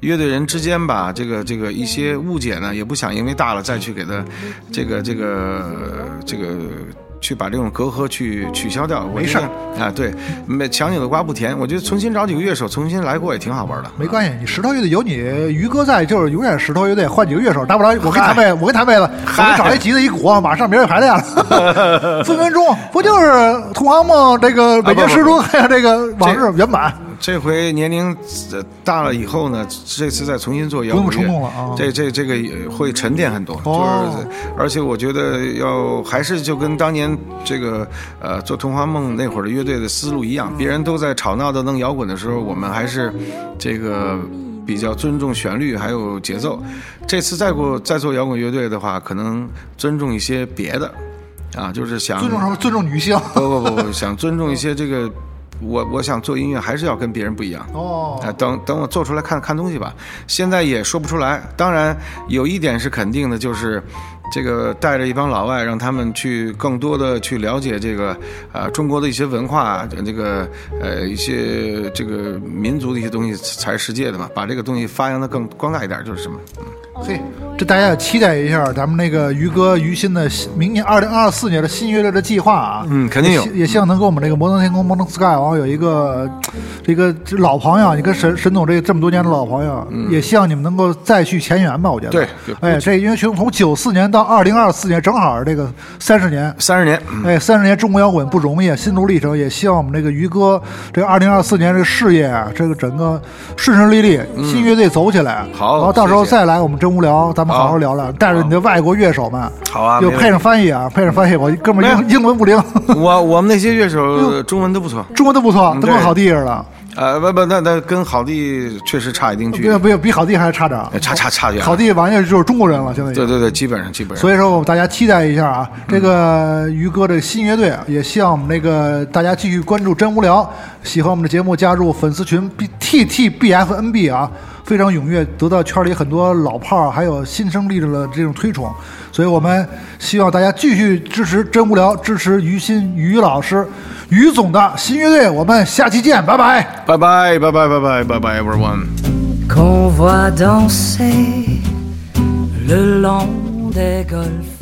C: 乐队人之间吧，这个这个一些误解呢，也不想因为大了再去给他这个这个这个。去把这种隔阂去取消掉，我
D: 没
C: 觉得
D: 事
C: 啊，对，没强扭的瓜不甜，我觉得重新找几个乐手重新来过也挺好玩的。
D: 没关系，你石头乐队有你于哥在，就是永远石头乐队。换几个乐手，大不了我跟谭妹，我跟谭妹了，我们找一吉他一鼓，啊马上明儿就排练了。 分分钟不就是同行梦这个北京
C: 啊不不
D: 师中还有这个往日原版？
C: 这回年龄呃大了以后呢，这次再重新做摇滚乐，
D: 不用冲动了啊
C: 这这这个也会沉淀很多，
D: 哦
C: 就是而且我觉得要还是就跟当年这个呃做《童话梦》那会儿的乐队的思路一样，
D: 嗯
C: 别人都在吵闹的弄摇滚的时候，我们还是这个。比较尊重旋律还有节奏，这次再过再做摇滚乐队的话，可能尊重一些别的，啊，就是想
D: 尊重什么？尊重 女性。
C: 不不不不，想尊重一些这个，我我想做音乐还是要跟别人不一样。
D: 哦
C: 啊，等等我做出来看看东西吧。现在也说不出来。当然，有一点是肯定的，就是这个带着一帮老外，让他们去更多的去了解这个啊中国的一些文化，啊这个呃一些这个民族的一些东西才是世界的嘛，把这个东西发扬的更光大一点，就是什么。
D: 嘿，这大家也期待一下咱们那个于哥于新的新明年二零二四年的新乐队的计划啊。
C: 嗯肯定有
D: 也希也希望能跟我们这个摩登天空、摩登 sky 王有一个这个这老朋友，你跟沈沈总这这么多年的老朋友，啊也希望你们能够再续前缘吧。我觉得，
C: 嗯对
D: 哎，这因为从从九四年到二零二四年，正好这个三十年。
C: 三十年，嗯
D: 哎，三十年中国摇滚不容易，啊心路历程也希望我们这个于哥这二零二四年这个事业啊，这个整个顺顺利利，新乐队走起来。
C: 嗯好
D: 然后到时候
C: 谢谢
D: 再来我们真无聊，咱们好好
C: 好
D: 聊聊，带着你的外国乐手们。
C: 好啊
D: 就
C: 没问题
D: 配上翻译啊，配上翻译，我哥们儿
C: 没
D: 英英文 不灵，
C: 我我们那些乐手中文都不错。
D: 中文都不错，
C: 嗯
D: 都跟
C: 对
D: 好弟似的，
C: 呃，不不，那那跟好地确实差一定距
D: 比
C: 离。
D: 比比好弟还差点儿。
C: 哎差差差远了
D: 好弟完全就是中国人了，现在已经
C: 对对对，基本上基嗯本上。
D: 所以说，我们大家期待一下啊，这个于哥的新乐队，啊也希望我们那个大家继续关注真无聊，喜欢我们的节目，加入粉丝群 B T T B F N B 啊，非常踊跃，得到圈里很多老炮儿还有新生力的这种推崇，所以我们希望大家继续支持真无聊，支持于新于老师、于总的新乐队，我们下期见，拜拜。
C: 拜拜拜拜拜拜拜拜，everyone。
F: qu'on voit danser le long des golfes